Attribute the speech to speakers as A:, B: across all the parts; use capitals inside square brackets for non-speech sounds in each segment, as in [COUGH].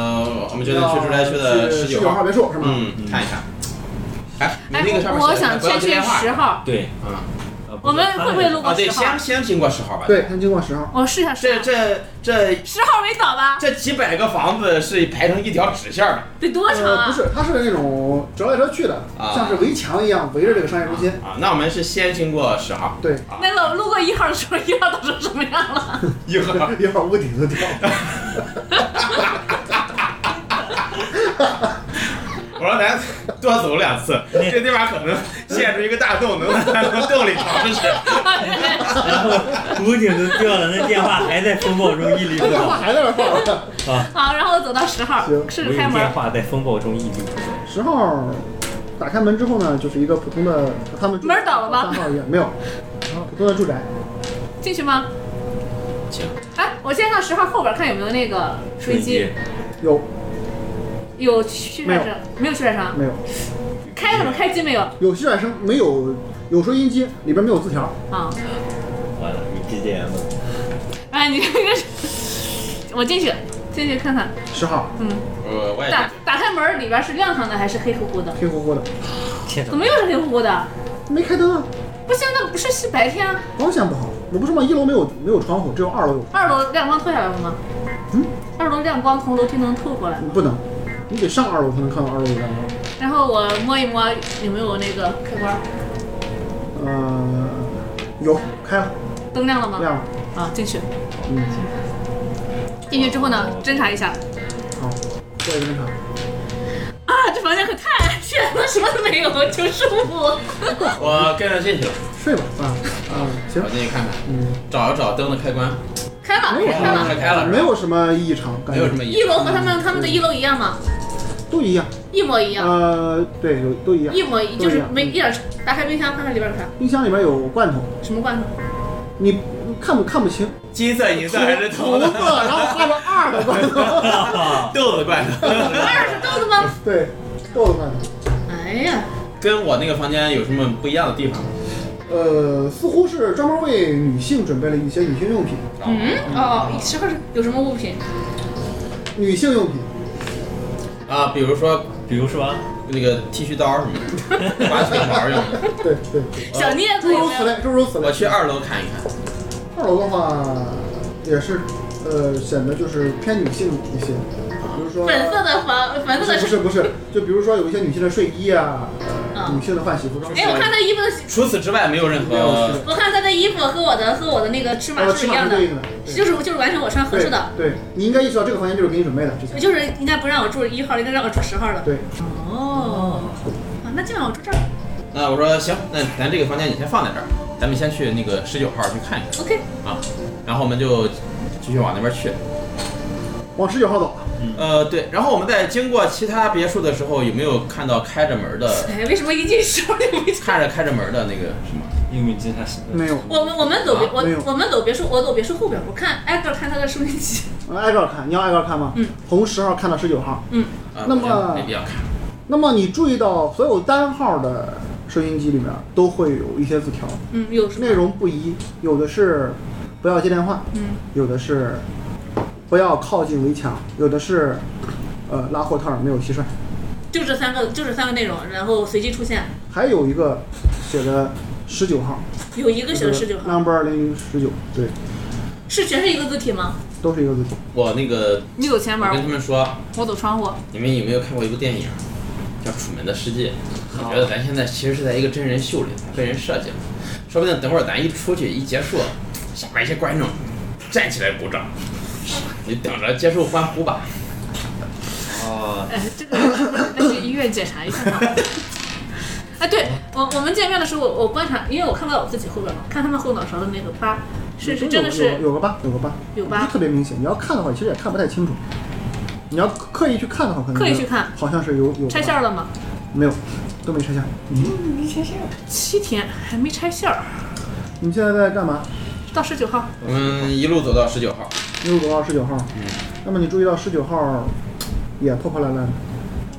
A: 觉得去住宅区的十
B: 九
A: 九号
B: 号，别墅是吗？
A: 嗯
B: 嗯，
A: 看一看。哎，你
C: 哎
A: 那个上，面
C: 我
A: 写的
C: 想
A: 不要接
C: 先去
A: 电话
C: 十号，
D: 对，
A: 啊
D: 呃
C: 我们会不会路
A: 啊，
C: 过
A: 对，
C: 十号哦
A: 先？先经过十号吧。，
B: 对，先经过十号。
C: 我试一下十
A: 这
C: 号，
A: 这这
C: 十号没倒吧？
A: 这几百个房子是排成一条直线儿
C: 得多长
B: 呃，不
C: 啊？
B: 是，它是那种折来折去的，
A: 啊
B: 像是围墙一样围着这个商业中心
A: 的。啊。那我们是先经过十号， [LAUGHS]
B: 对，
A: 啊
C: 那个路过一号的时候，一号都成什么样了？ [LAUGHS]
A: 一号
B: 一会儿屋顶都掉了。
A: 我说咱多走两次，这地方可能陷出一个大洞，能能洞里藏尸。
D: 屋顶都掉了，那电话还在风暴中屹立不
B: 这话
D: 倒。
B: 还在那儿放着。
C: 好，然后我走到十号，
B: 行
C: 试着
D: 我有
C: 开
D: 电
C: 门。
D: 话在风暴中屹立不倒。
B: 十号打开门之后呢，就是一个普通的，他们住
C: 门儿倒了吗
B: 三号也没有，啊普通的住宅。
C: 进去吗？
A: 行。
C: 哎，我先到十号后边看有没有那个水机，
B: 有
C: 有蓄水声，没有蓄水声。
B: 没有？
C: 开了吗？开机没有？
B: 有洗碗声，没有有收音机，里边没有字条。
C: 啊，
D: 完了，你 BGM
C: 哎，你这个，我进去，进去看看。
B: 十号
C: 嗯，
A: 呃， [LAUGHS] 我也
C: 打打开门，里边是亮堂的还是黑乎乎的？
B: 黑乎乎的，
D: 天
C: 怎么又是黑乎乎的？
B: 没开灯啊，
C: 不行，那不是是白天啊。
B: 光线不好。我不是吗？一楼没有没有窗户，只有二楼有。
C: 二楼亮光透下来了吗？
B: 嗯，
C: 二楼亮光从楼梯能透过来吗。
B: 不能，你得上二楼才能看到二楼有亮光。
C: 然后我摸一摸有没有那个开关，
B: 呃，有开了，
C: 灯亮了吗？
B: 亮了。
C: 啊，进去。
B: 嗯，
C: 进去之后呢
D: 哦，
C: 侦查一下。
B: 好，做一个侦查。
C: 啊，这房间可太安全了， [LAUGHS] 什么都没有，就舒服。
A: 我跟着进去了，
B: 睡吧啊啊，行
A: 我，进去看看，
B: 嗯，
A: 找一找灯的开关，
C: 开了，
B: 没有什
C: 开了。
A: 啊开开了
B: 么，没有什么异常，感
A: 没有
B: 觉
A: 什么异
C: 一
A: 样。
C: 楼和他们他们的一楼一样吗？
B: 都一样。
C: 一模一样，
B: 呃，对，有都一样
C: 一。模一就
B: 都
C: 是
B: 一样
C: 没一点儿。打开冰箱看看里边儿啥，
B: 冰箱里面有罐头，
C: 什么罐头？
B: 你你看不看不清，
A: 金色、银色还是
B: 红
A: 桃
B: 色，然后画了二个
A: [LAUGHS]
B: 罐头。
A: 豆子罐头，
C: 二是豆子吗？
B: 对，豆子罐头。
C: 哎呀，
A: 跟我那个房间有什么不一样的地方？
B: 呃，似乎是专门为女性准备了一些女性用品，
C: 嗯，哦，十号是有什么物品？
B: 女性用品。
A: 啊，比如说
D: 比如说，
A: 那个剃须刀什么的，刮腿毛用的。
B: 对对对，
C: 小镊
B: 诸
C: 子有
B: 如
C: 没
B: 此
C: 有？
B: 类，诸如此类
A: 我。去二楼看一看。
B: 二楼的话也是，呃，显得就是偏女性一些，比如说
C: 粉色的房，粉色的
B: 不是不是不是，就比如说有一些女性的睡衣啊，呃
C: 嗯
B: 女性的换洗服装。
C: 哎，我看他衣服的，
A: 除此之外，没有任
B: 没有
A: 何
B: 是
C: 我看他的衣服和我的和我的那个尺码
B: 呃，
C: 是
B: 起
C: 一
B: 码
C: 样
B: 是
C: 的
B: 对，应的，
C: 就是就是完全我穿合
B: 对
C: 适的，
B: 对，你应该意识到这个房间就是给你准备的，之前。
C: 就是应该不让我住一号，应该让我住十号的。
B: 对，
C: 哦，啊，那今晚我住这儿
A: 那我说行，那咱这个房间你先放在这儿，咱们先去那个十九号去看一看
C: ，OK。
A: 啊，然后我们就继续往那边去。
B: 往十九号走。
A: 呃，对，然后我们在经过其他别墅的时候，有没有看到开着门
C: [LAUGHS]
A: 的，
C: 哎，为什么一进十号就没进？
A: 看着开着门的那个什么？
D: 因为这他是
B: 没有，
C: 我们我们走别
B: 啊没有
C: 我我们走别墅，我走别墅后边，我看挨个看他的收音机。
B: 呃挨个儿看，你要挨个儿看吗？
C: 嗯。
B: 从十号看到十九号，
C: 嗯，
A: 啊，
B: 那么
A: 我觉得没必要看。
B: 那么你注意到所有单号的收音机里面都会有一些字条，
C: 嗯，有什么？
B: 内容不一，有的是不要接电话，
C: 嗯，
B: 有的是不要靠近围墙，有的是呃拉货套儿没有蟋蟀，
C: 就这三个，就这三个内容，然后随机出现，
B: 还有一个写的十九号，
C: 有一个写的十九号，
B: number 零十九，对，
C: 是全是一个字体吗？
B: 都是一个字体。
A: 我那个
C: 你走前
A: 我跟他们说，
C: 我走窗户。
A: 你们有没有看过一部电影叫《楚门的世界》？我觉得咱现在其实是在一个真人秀里，被人设计了。说不定等会儿咱一出去一结束，下面一些观众站起来鼓掌，你等着接受欢呼吧。
D: 哦，
C: 哎，这个那去医院检查一下吧。哎，对我我们见面的时候，我我观察，因为我看不到我自己后边嘛，看他们后脑勺的那个疤，是是真
B: 有
C: 的
B: 有
C: 是
B: 有个疤，有个疤，
C: 有疤
B: 不是特别明显。你要看的话，其实也看不太清楚。你要刻意去看的话，可能
C: 刻意去看
B: 好像是有有个疤
C: 拆线儿了吗？
B: 没有，都没拆线。
C: 七天还没拆线儿，
B: 你现在在干嘛？
C: 到十九号
A: 我们一路走到十九号，
B: 一路走到十九号，那么你注意到十九号也破破烂烂的，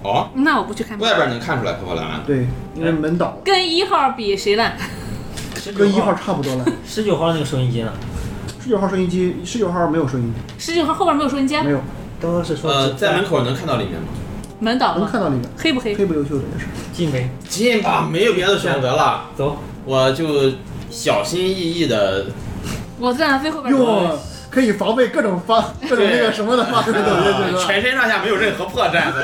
A: 哦，
C: 那我不去看
A: 外边能看出来破破烂烂的。
B: 对，因为门倒了，
C: 跟一号比谁烂？
B: 跟一号差不多了。
D: 十九号那个收音机呢？
B: 十九号收音机，十九号没有收音机，
C: 十九号后边没有收音机，啊
B: 没有，
D: 刚刚是说
A: 呃，在门口能看到里面吗？
C: 门倒了
B: 能
C: 吗？
B: 看到里面，
C: 黑不黑？
B: 黑不溜秋的也是。
D: 进呗，
A: 进吧，没有别的选择了，
D: 走，
A: 我就小心翼翼的，
C: 我在南非后边儿。
B: 哟，可以防备各种发各种那个什么的发生的东西，是吧？
A: 呃全身上下没有任何破绽 [LAUGHS] 的，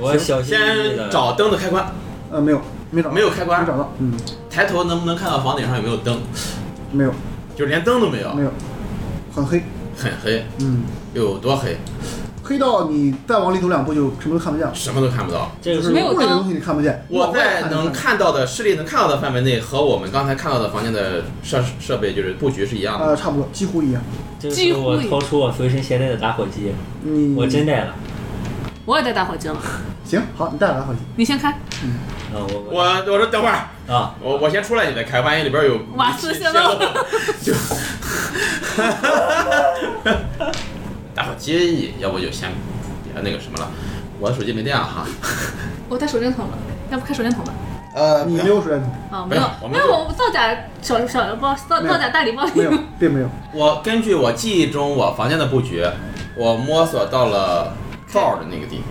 D: 我小心翼翼
A: 嗯先
D: 的。
A: 找灯的开关，
B: 呃，没有，没找到，
A: 没有开关
B: 没找到，嗯，
A: 抬头能不能看到房顶上有没有灯？
B: 没有，
A: 就连灯都没有
B: 没，有，很黑，
A: 很黑，
B: 嗯，
A: 有多黑？
B: 黑到你再往里走两步就什么都看不见了，
A: 什么都看不到。
D: 这
B: 就
D: 个
B: 是
D: 是
C: 没有
B: 屋里的
C: 灯
B: 东西你看不见，
A: 我在能看
B: 看
A: 到的视力能看到的范围内，和我们刚才看到的房间的设设备就是布局是一样的。
B: 呃，差不多，几乎一样。
D: 这个是我掏出我随身携带的打火机，
B: 你
D: 我真带了。啊
C: 我也带打火机了，
B: 行，好，你带来好像
C: 你先开。
D: 啊，我
A: 我我说等会儿，
D: 啊，
A: 我我先出来你再开，万一里边有
C: 瓦斯泄漏，
A: [LAUGHS] 就打火机，要不就先别那个什么了。我的手机没电了啊哈。
C: 我带手电筒了，要不开手电筒吧？
A: 呃
B: 你没有水，
C: 啊，
A: 没
C: 没
A: 有
C: 有
A: 我，们
C: 没有，
A: 就
C: 我造假小小人包，造
B: 没有
C: 造假大礼包里
B: 没
C: [LAUGHS]
B: 有，并没有，
A: 我根据我记忆中我房间的布局，我摸索到了灶的那个地方，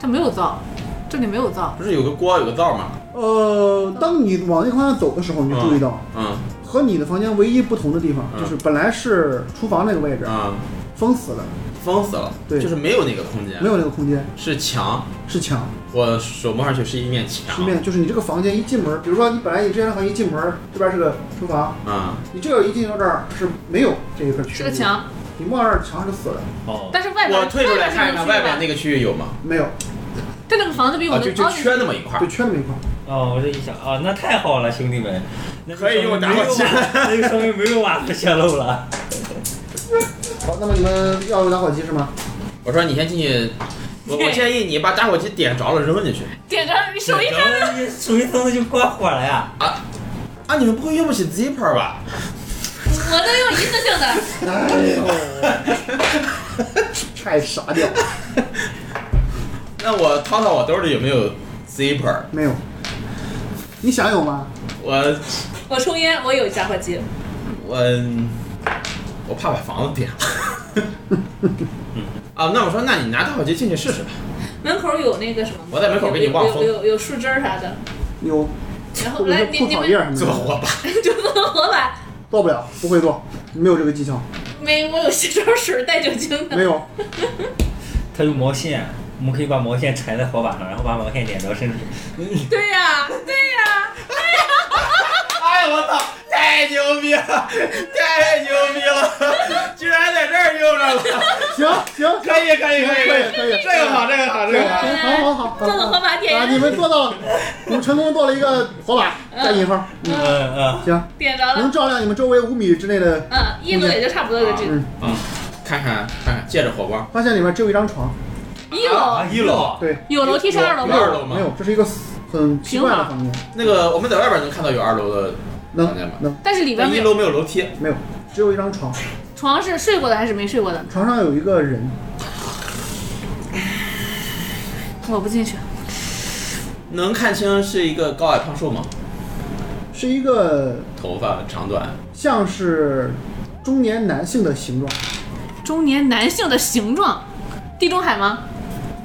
C: 它没有灶，这里没有灶。
A: 不是有个锅有个灶吗？
B: 呃，当你往那个方向走的时候，你就注意到，
A: 嗯
B: 和你的房间唯一不同的地方，
A: 嗯
B: 就是本来是厨房那个位置
A: 嗯，
B: 封死了，
A: 封死了，
B: 对
A: 就是没有那个空间，
B: 没有那个空间，
A: 是墙，
B: 是墙，
A: 我手摸上去是一面墙，
B: 是面，就是你这个房间一进门，比如说你本来你之前的房间一进门，这边是个厨房，
A: 嗯，
B: 你这个一进到这儿是没有这一块区域，
C: 是个，墙，
B: 你望这儿墙是死的，
D: 哦，
C: 但是外边
A: 我退出来看一看外面那
C: 个，
A: 个区域有吗？
B: 没有，
C: 它那个房子比我
A: 啊，
C: 们
A: 就
C: 的哦
A: 就
C: 高
A: 缺那么一块
B: 就，圈了一块。
D: 哦，我这一想啊，那太好了，兄弟们，那就
A: 可以用打火机
D: 说明
A: [LAUGHS]
D: 没有瓦那就说明没有瓦斯泄漏了。
B: 好，那么你们要打火机是吗？
A: 我说你先进去，
C: [LAUGHS]
A: 我我建议你把打火机点着了扔进去
C: 点着手一
D: 然
C: 开，
D: 后你手一蹬子就关火了呀。
A: 啊啊！你们不会用不起 zipper 吧？
C: 我都用一次性的，
B: 哎
A: [LAUGHS]
B: 呦，太傻屌了，
A: 那我掏掏我兜里有没有 zipper？
B: 没有，你想有吗？
A: 我
C: 我抽烟，我有打火机，
A: 我嗯我怕把房子点了。 [LAUGHS] 啊，那我说，那你拿打火机进去试试吧。
C: 门口有那个什么，
A: 我在门口给你望风
C: 有有有有树枝儿啥的，
B: 有，
C: 然后
B: 或者
C: 来
B: 是
C: 你
B: 铺
C: 你
B: 草
C: 们
B: 叶什么
A: 做
B: 的，
A: 火把，
C: [LAUGHS] 就这么火把，
B: 做不了，不会做，没有这个技巧，
C: 没我有洗手水带酒精的，
B: 没有，
D: 它有毛线，我们可以把毛线缠在火把上，然后把毛线点着，甚至
C: 对呀、对呀、对呀、
A: 哎我操，太牛逼了，太牛逼了，居然在这儿用上
B: [LAUGHS]
A: 了，
B: 行行，
A: 可以可以可以
B: 可以可以
A: 这个好这个好这个好。
B: 行，好好好，
C: 做个火把点
B: 啊，你们做到了，你们成功做了一个火把加引号，
D: 嗯嗯，
B: 行，
C: 点着
B: 能
C: 了，
B: 照亮你们周围五米之内的，
C: 嗯，一楼也就差不多就这，
B: 嗯，
A: 嗯，看看看看，借着火光。
B: 发现里面只有一张床，
C: 一楼
D: 啊一楼，
B: 对，
C: 有楼梯是二楼
A: 有二
C: 吗？
A: 楼吗
B: 没？有，这是一个很奇怪的房间，
A: 那个我们在外边能看到有二楼的，
B: 能
A: 房间吧
B: 能
C: 但是里边
A: 但
C: 没
A: 一
C: 有
A: 楼没有楼梯。
B: 没有，只有一张床，
C: 床是睡过的还是没睡过的？
B: 床上有一个人，
C: 我不进去，
A: 能看清是一个高矮胖瘦吗？
B: 是一个
A: 头发长短？
B: 像是中年男性的形状，
C: 中年男性的形状，地中海吗？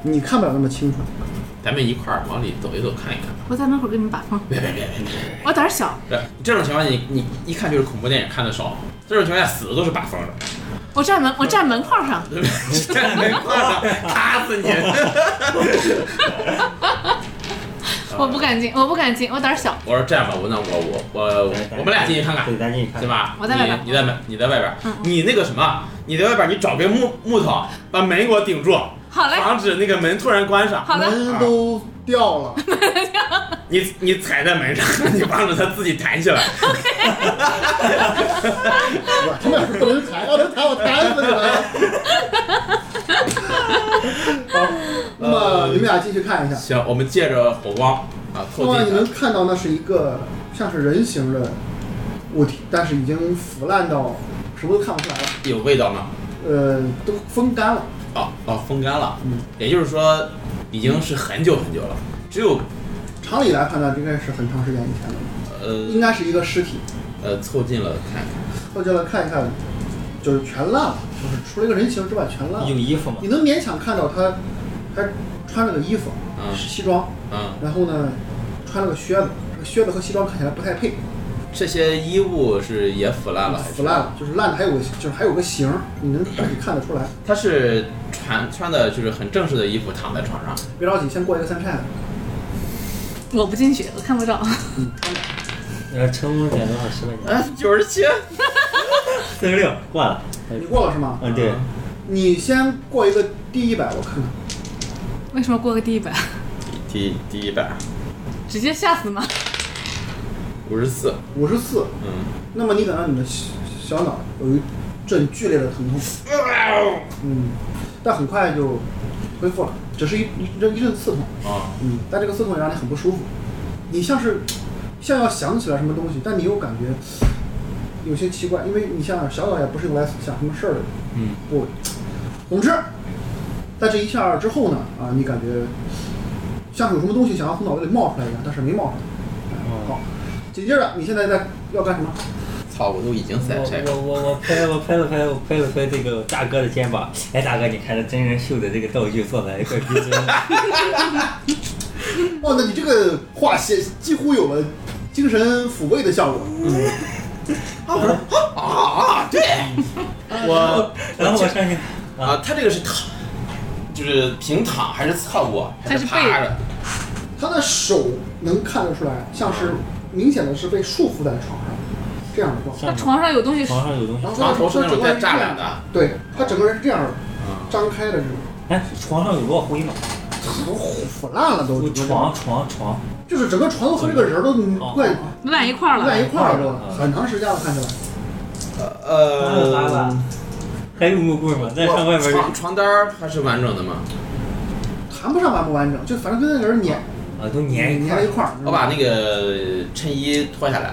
B: 你看不了那么清楚。
A: 咱们一块儿往里走一走，看一看。
C: 我在门口给你们把风，
A: 别别别别别！
C: 我胆儿小，
A: 对，这种情况下你你一看就是恐怖电影看的少，这种情况下死的都是把风的，
C: 我站门我站门框上，
A: 对不对？ [LAUGHS] 站门框上卡死你！
C: [LAUGHS] 我不敢进，我不敢进，我胆儿小，
A: 我说这样吧，我那我我我 [LAUGHS] 我们俩进去看看
D: 哎对，，咱进去看
A: 对？吧？
C: 我在外边嗯
A: 你你在门你在外边，你那个什么，你在外边，你找根木木头把门给我顶住，
C: 好嘞，
A: 防止那个门突然关上。啊
C: 好的
B: 门都掉了，
A: 你你踩在门上， [LAUGHS] 你帮着它自己弹起来。
B: 我他妈不能抬，要能抬我抬死你了。好，那么你们俩继续看一下，
A: 行，我们借着火光啊，
B: 那
A: 透
B: 么你
A: 近
B: 能
A: 的。
B: 看到那是一个像是人形的物体，但是已经腐烂到什么都看不出来了，
A: 有味道吗？
B: 呃，都风干了。
A: 哦哦，风干了。
B: 嗯，
A: 也就是说，已经是很久很久了，只有
B: 常理来判断，应该是很长时间以前的了，
A: 呃
B: 应该是一个尸体。
A: 呃凑近了看看。
B: 凑近了看一看，就是全烂了，就是除了一个人形之外全烂了
D: 有。衣服吗
B: 你？能勉强看到他，他穿了个衣服，
A: 嗯
B: 是西装，
A: 嗯，
B: 然后呢，穿了个靴子，这个靴子和西装看起来不太配，
A: 这些衣物是也腐烂了，还是
B: 腐烂。了，就是烂的还有个就是还有个形儿，你能大体看得出来。
A: 他是穿穿的就是很正式的衣服，躺在床上。
B: 别着急，先过一个三扇。
C: 我不进去，我看不着。
D: 呃，成功点多少十块钱？
A: 啊，九十七，
D: 四十六过了。
B: 你过了是吗？
D: 嗯，
A: 啊
D: 对，
B: 你先过一个第一百，我看看。
C: 为什么过个第一百？
A: 第第一百
C: 直接吓死吗？
A: 五十四，
B: 五十四，
A: 嗯，
B: 那么你感到你的小小脑有一阵剧烈的疼痛，
A: 啊
B: 嗯，但很快就恢复了，只是一一阵一阵刺痛，
A: 啊，
B: 嗯，但这个刺痛也让你很不舒服，你像是像要想起来什么东西，但你又感觉有些奇怪，因为你像小脑也不是用来想什么事儿的
A: 嗯，
B: 部位，总之，在这一下之后呢，啊，你感觉像是有什么东西想要从脑子里冒出来一样，但是没冒出来，哎好，紧接着你现在在要干什么？
A: 操，我都已经塞塞
D: 我我我我拍我拍了拍我拍了拍这个大哥的肩膀，哎，大哥，你看这真人秀的这个道具做的怪逼真，
A: [LAUGHS]
B: 哦，那你这个话写几乎有了精神抚慰的效果。
A: 啊啊，对，我
D: 然后我上去啊，
A: 啊，他这个是躺，就是平躺还是侧卧还
C: 他是背
A: 趴着？
B: 他的手能看得出来，像是明显的是被束缚在床上这样的状态。
C: 那床上有东西是
D: 床上有东西
B: 然，后
A: 床头是那
B: 整
A: 种
B: 个人
A: 带
B: 是这
A: 栅
B: 样
A: 栏的，
B: 对他整个人是这样
A: 嗯
B: 张开的这种，
D: 哎，床上有落灰吗？
B: 都腐烂了都
D: 有，床床床，
B: 就是整个床头和这个人都
A: 嗯
B: 快
C: 烂一块儿
B: 烂
C: 了。
B: 一块儿
D: 嗯
B: 了，很长时间了，看起来。
A: 呃
D: 拉了还有木棍吗？在上外边
A: 床
D: 儿
A: 床单儿还是完整的吗？
B: 谈不上完不完整，就反正跟那个人粘
D: 啊，都粘一块
B: 粘一
D: 儿。
B: 块儿。
A: 我把那个衬衣脱下来，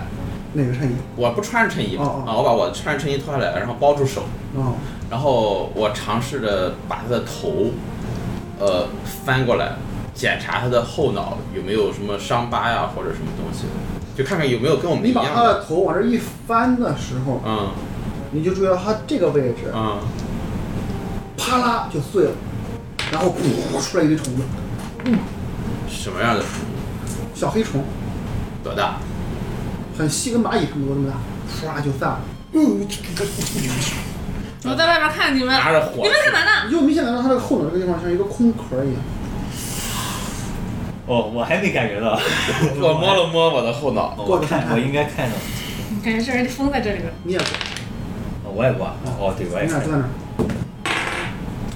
B: 哪个衬衣？
A: 我不穿着衬衣
B: 哦哦
A: 啊，我把我穿着衬衣脱下来，然后包住手，
B: 哦，
A: 然后我尝试着把他的头，呃，翻过来，检查他的后脑有没有什么伤疤呀，或者什么东西，就看看有没有跟我们一
B: 你把
A: 样
B: 他
A: 的。
B: 的头往这一翻的时候，
A: 嗯
B: 你就注意到他这个位置，
A: 嗯，
B: 啪啦就碎了，然后噗出来一堆虫子，
A: 什么样的虫？
B: 小黑虫，
A: 多大？
B: 很细，跟蚂蚁差不多那么大，唰就散了。
C: 我在外边看你们，
A: 拿着火
C: 你们干嘛呢？
B: 你就明显感觉到他这个后脑这个地方像一个空壳一样，
D: 哦，我还没感觉到。
A: 我摸了摸我的后脑，
D: 哦，我看我应该看到，
C: 感觉这人封在这里边。
B: 你也不，
D: 哦我也过。
B: 嗯
D: 哦，对，我也
B: 你俩
D: 看
B: 啊就
D: 到
B: 在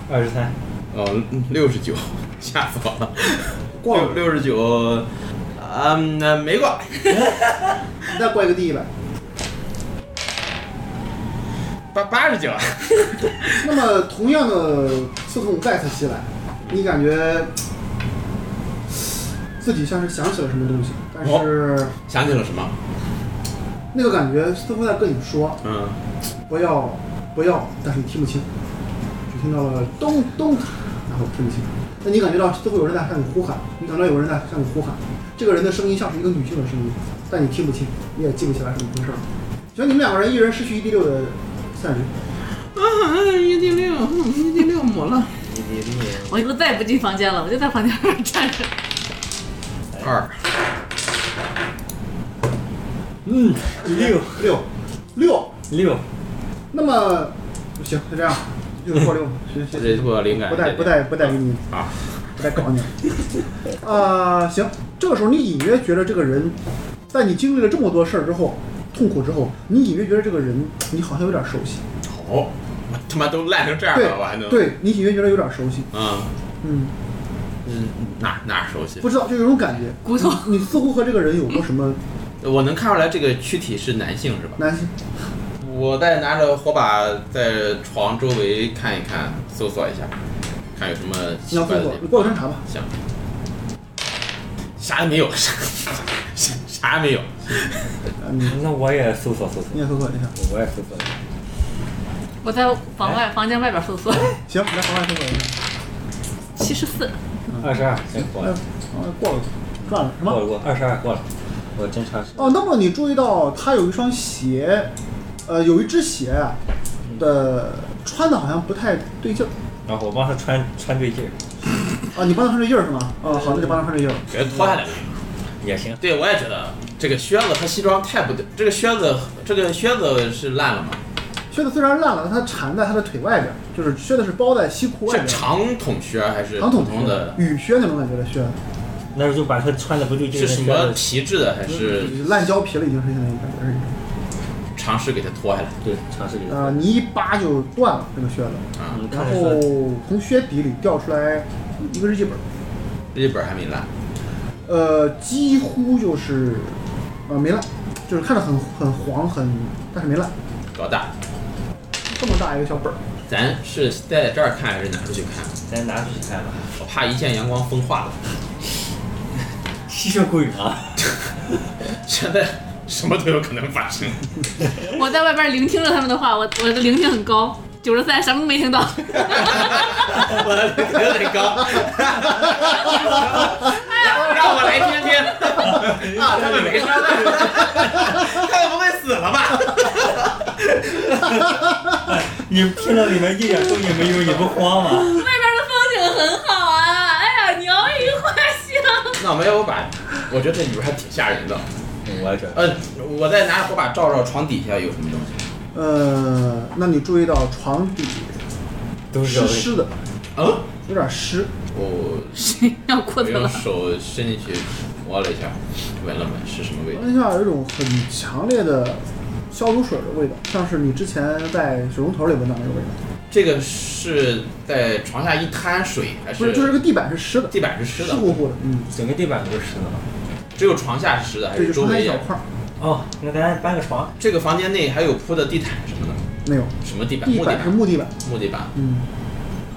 B: 那儿。
D: 二十三，
A: 哦，六十九， [LAUGHS] 吓死我了。
B: 过
A: 六
B: 了，
A: 六十九，嗯，那没过。
B: 你再过一个第一百。
A: 八八十九，
B: 那么同样的刺痛再次袭来，你感觉自己像是想起了什么东西，但
D: 哦
B: 是
A: 想起了什么？
B: 那个感觉似乎在跟你说
A: 嗯，
B: 不要不要，但是你听不清，只听到了咚咚，然后听不清。那你感觉到似乎有人在向你呼喊，你感到有人在向你呼喊，这个人的声音像是一个女性的声音，但你听不清，你也记不起来是怎么回事了。行，你们两个人一人失去一 d 六的散值，
A: 啊，一 d 六，一 d 六抹了。
D: 一比六，
C: 我以后再也不进房间了，我就在房间那儿站着。
A: [LAUGHS] 二，
D: 嗯，六
B: 六六。
D: 六，
B: 那么行，就这样，六过六，行行
A: 这
B: 行，
A: 我灵感
B: 不带不带不带给你，
A: 啊，
B: 不带搞你 [LAUGHS] 了。啊、行，这个时候你隐约觉得这个人，在你经历了这么多事儿之后，痛苦之后，你隐约觉得这个人，你好像有点熟悉。
A: 哦，我他妈都烂成这样
B: 对
A: 了，我还能，
B: 对，你隐约觉得有点熟悉，
A: 嗯，
B: 嗯，
A: 嗯，哪哪熟悉？
B: 不知道就有种感觉，
C: 骨头
B: 你似乎和这个人有过什么
A: 呃我能看出来这个躯体是男性是吧？
B: 男性，
A: 我再拿着火把在床周围看一看，搜索一下，看有什么
B: 你
A: 奇
B: 要
A: 怪的
B: 搜索
A: 地，
B: 你
A: 方。
B: 过个侦查吧。
A: 行，啥也没有，啥啥啥也没有。
B: 啊，你
D: 那我也搜索搜索，
B: 你也搜索一下。
D: 我也搜索。
C: 我在房外房间外边搜索，
A: 哎
B: 行，来房外搜索一下。
C: 七十四，
D: 二十二，真过
B: 哎
D: 了，，
B: 啊过了，赚了什么
D: 过？了过，二十二过了，我
B: 哦
D: 侦查是。
B: 哦，那么你注意到他有一双鞋，呃，有一只鞋啊，
A: 嗯
B: 的穿的好像不太对劲儿
D: 然后我帮他穿穿对劲儿
B: 啊，你帮他穿这劲儿是吗？哦，好，那就帮他穿这劲儿。
A: 觉得脱下来了。
D: 也行。
A: 对，我也觉得这个靴子和西装太不对，这个靴子这个靴子是烂了吗？
B: 靴子虽然烂了，但它缠在他的腿外边儿，就是靴子是包在西裤外
A: 是
B: 边儿，
A: 长筒靴还是
B: 长筒
A: 普通
B: 靴
A: 的？、
B: 雨靴那种感觉的靴，
D: 那时候就把他穿的不对劲儿
A: 是
D: 的
A: 什
D: 靴
A: 么
D: 子，
A: 皮质的还是
B: 烂胶皮了已经是现在感觉是一种。
A: 尝试给它脱下来？
D: 对，尝试给他。
B: 呃，你一扒就断了这个靴子，
A: 啊，
D: 嗯，
B: 然
D: 看着
B: 后
D: 说
B: 从靴底里掉出来一个日记本儿，
A: 日记本还没烂，
B: 呃，几乎就是呃没烂，就是看着很很黄很，但是没烂，
A: 多大？
B: 这么大一个小本儿。
A: 咱是戴在这儿看还是拿出去看？
D: 咱拿出去看吧。 [LAUGHS]
A: 我怕一见阳光风化了。 [LAUGHS]
D: 吸血鬼啊！
A: 现在什么都有可能发生。
C: 我在外边聆听着他们的话，我我的聆听很高，九十三，什么都没听到。
A: 我的有点高，让我来听听。啊，他们没事儿，他们不会死了吧？
D: 你听到里面一点动静没有，你不慌吗？
C: 外边的风景很好啊，哎呀，鸟语花香。
A: 那我们要不把，我觉得这里边还挺吓人的。
D: 我也觉得。
A: 呃，我再拿火把照照床底下有什么东西。
B: 呃，那你注意到床底
D: 都是
B: 湿湿的，
A: 嗯，
B: 有点湿，
A: 我
C: 谁要裤
A: 我
C: 子
A: 用
C: 了？
A: 手伸进去摸了一下，闻了闻是什么味道。
B: 闻一下有一种很强烈的消毒水的味道，像是你之前在水龙头里闻到那个味道。
A: 这个是在床下一滩水，还
B: 不是，就是这个地板是湿的，
A: 地板是湿的？
B: 乎乎的，嗯，
D: 整个地板都是湿的嘛。
A: 只有床下是湿的，还
B: 对，
A: 是
B: 就
A: 周
B: 出来
A: 围
B: 一小
A: 也？
B: 块儿，
D: 哦，那咱搬个床。
A: 这个房间内还有铺的地毯什么的。
B: 没有，
A: 什么地板？
B: 地
A: 木地
B: 板是
A: 板，
B: 木地板，
A: 木地板。
B: 嗯，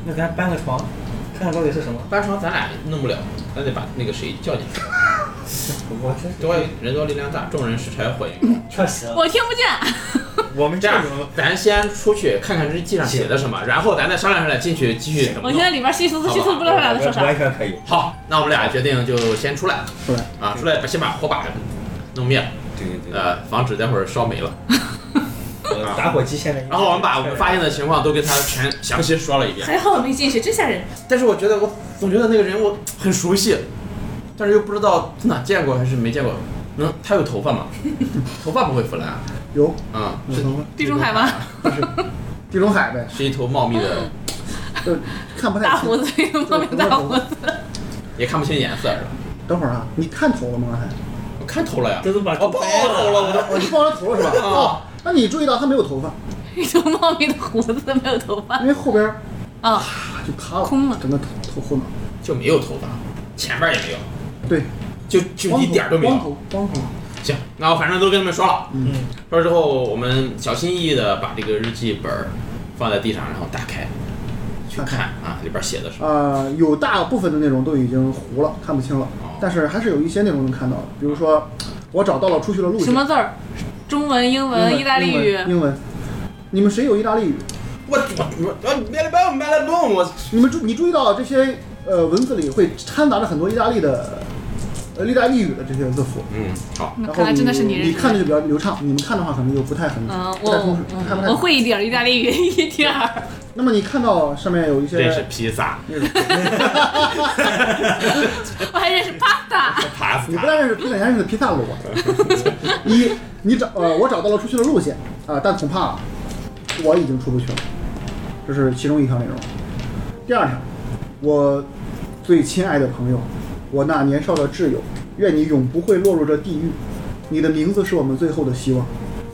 D: 那咱搬个床，看看到底是什么。
A: 搬床咱俩弄不了，咱得把那个谁叫进来。
D: 我真
A: 多人多力量大，众人拾柴火焰高。
D: 确实，
C: 我听不见。
D: 我们
A: 这样
D: 种，
A: 咱先出去看看日记上写的什么，然后咱再商量商量进去继续怎么
C: 我现
A: 弄。
C: 在里边稀疏稀疏，不知道他俩在说啥。
D: 完全可以。
A: 好，那我们俩决定就先出来
B: 出来。
A: 啊，出来把先把火把弄灭，
D: 对对对。
A: 呃，防止待会儿烧没了。
D: 呃打火机现在。
A: 然后我们把我们发现的情况都跟他全详细说了一遍。
C: 还好我没进去，真吓人。
A: 但是我觉得我总觉得那个人我很熟悉，但是又不知道在哪见过还是没见过。嗯，他有头发 [LAUGHS] 吗？头发不会腐烂啊。
B: 有，
A: 啊、
B: 有
A: 是
B: 头发，
C: 地中海吗？
B: 地中海呗，
A: 是一头茂密的，
B: 就看不太
C: 大
B: 清
C: 胡。子，一个方面大胡子。
A: 也看不清颜色是吧？
B: 等会儿啊，你看头了
C: [LAUGHS]
B: 吗？刚才
A: 我看透了呀，
D: 这都把
A: 我爆头了，我都
B: 哦，你抱着头了是吧？ [LAUGHS] 哦
A: 啊，
B: 那你注意到他没有头发，
C: 一头茂密的胡子，没有头发
B: 因为后边儿
C: 啊，
B: 啊就塌了，
C: 空了
B: 整个头头后脑，
A: 就没有头发，前边也没有，
B: 对，
A: 就就
B: 光
A: 一
B: 头
A: 点儿都没
B: 光
A: 有。
B: 头，光头，
A: 行，那我反正都跟他们说了，
B: 嗯，
A: 说了之后我们小心翼翼的把这个日记本儿放在地上，然后打开去
B: 看看
A: 看啊，里边写的什么。
B: 呃，有大部分的内容都已经糊了，看不清了
A: 哦，
B: 但是还是有一些内容能看到的，比如说我找到了出去的路
C: 什
B: 线，
C: 么字儿？中文、英
B: 英文
C: 文、意大利
B: 英
C: 语
B: 文。英文，你们谁有意大利语？
A: 我我我我别来帮我别来帮我，
B: 你们注你注意到这些呃文字里会掺杂着很多意大利的呃意大利语的这些字符，
A: 嗯，好，
C: 那
B: 然
C: 看
B: 后
C: 来
B: 你
C: 真的是你认
B: 你
C: 识
B: 看着就比较流畅，你们看的话可能就不太很
C: 嗯，
B: 不
C: 我
B: 太通顺，看不
C: 嗯
B: 太
C: 我。会一点儿意大利语，一点儿。
B: 那么你看到上面有一
A: 这是
B: 些，
A: 披萨，
C: 我还认识 pasta。
A: 帕斯
B: 你不
A: 塔，
B: 但认识披萨，你还认识披萨罗。一你找呃我找到了出去的路线啊、但恐怕我已经出不去了，这是其中一条内容。第二条，我最亲爱的朋友，我那年少的挚友，愿你永不会落入这地狱。你的名字是我们最后的希望。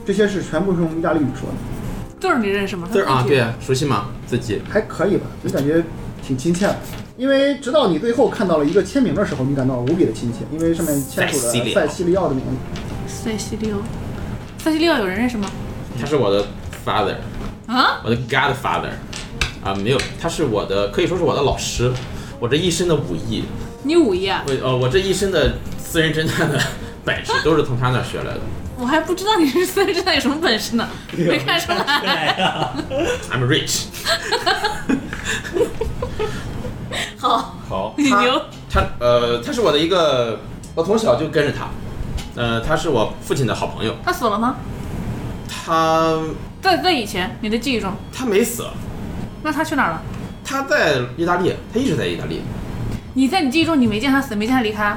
B: 这些是全部是用意大利语说的，
C: 字儿你认识吗？
A: 字儿啊，
C: 他自己
A: 对，啊，熟悉吗？自己
B: 还可以吧？就感觉挺亲切的。因为直到你最后看到了一个签名的时候，你感到无比的亲切，因为上面签署
A: 塞西利
B: 了
A: 奥
B: 塞西利奥的名字。
C: 塞西利奥，塞西利奥有人认识吗？
A: 他是我的 father，
C: 啊？
A: 我的 godfather，啊，没有，他是我的，可以说是我的老师，我这一身的武艺，
C: 你五一啊？
A: 我呃，我这一身的私人侦探的本事都是从他那儿学来的。
C: 我还不知道你是私人侦探有什么本事呢，没看出来。
A: I'm rich，
C: 好，
D: 好，
C: 你牛。
A: 他呃，他是我的一个，我从小就跟着他，呃，他是我父亲的好朋友，
C: 他死了吗？
A: 他
C: 在在以前你的记忆中，
A: 他没死，
C: 那他去哪儿了？
A: 他在意大利，他一直在意大利。
C: 你在你记忆中你没见他死，没见他离开，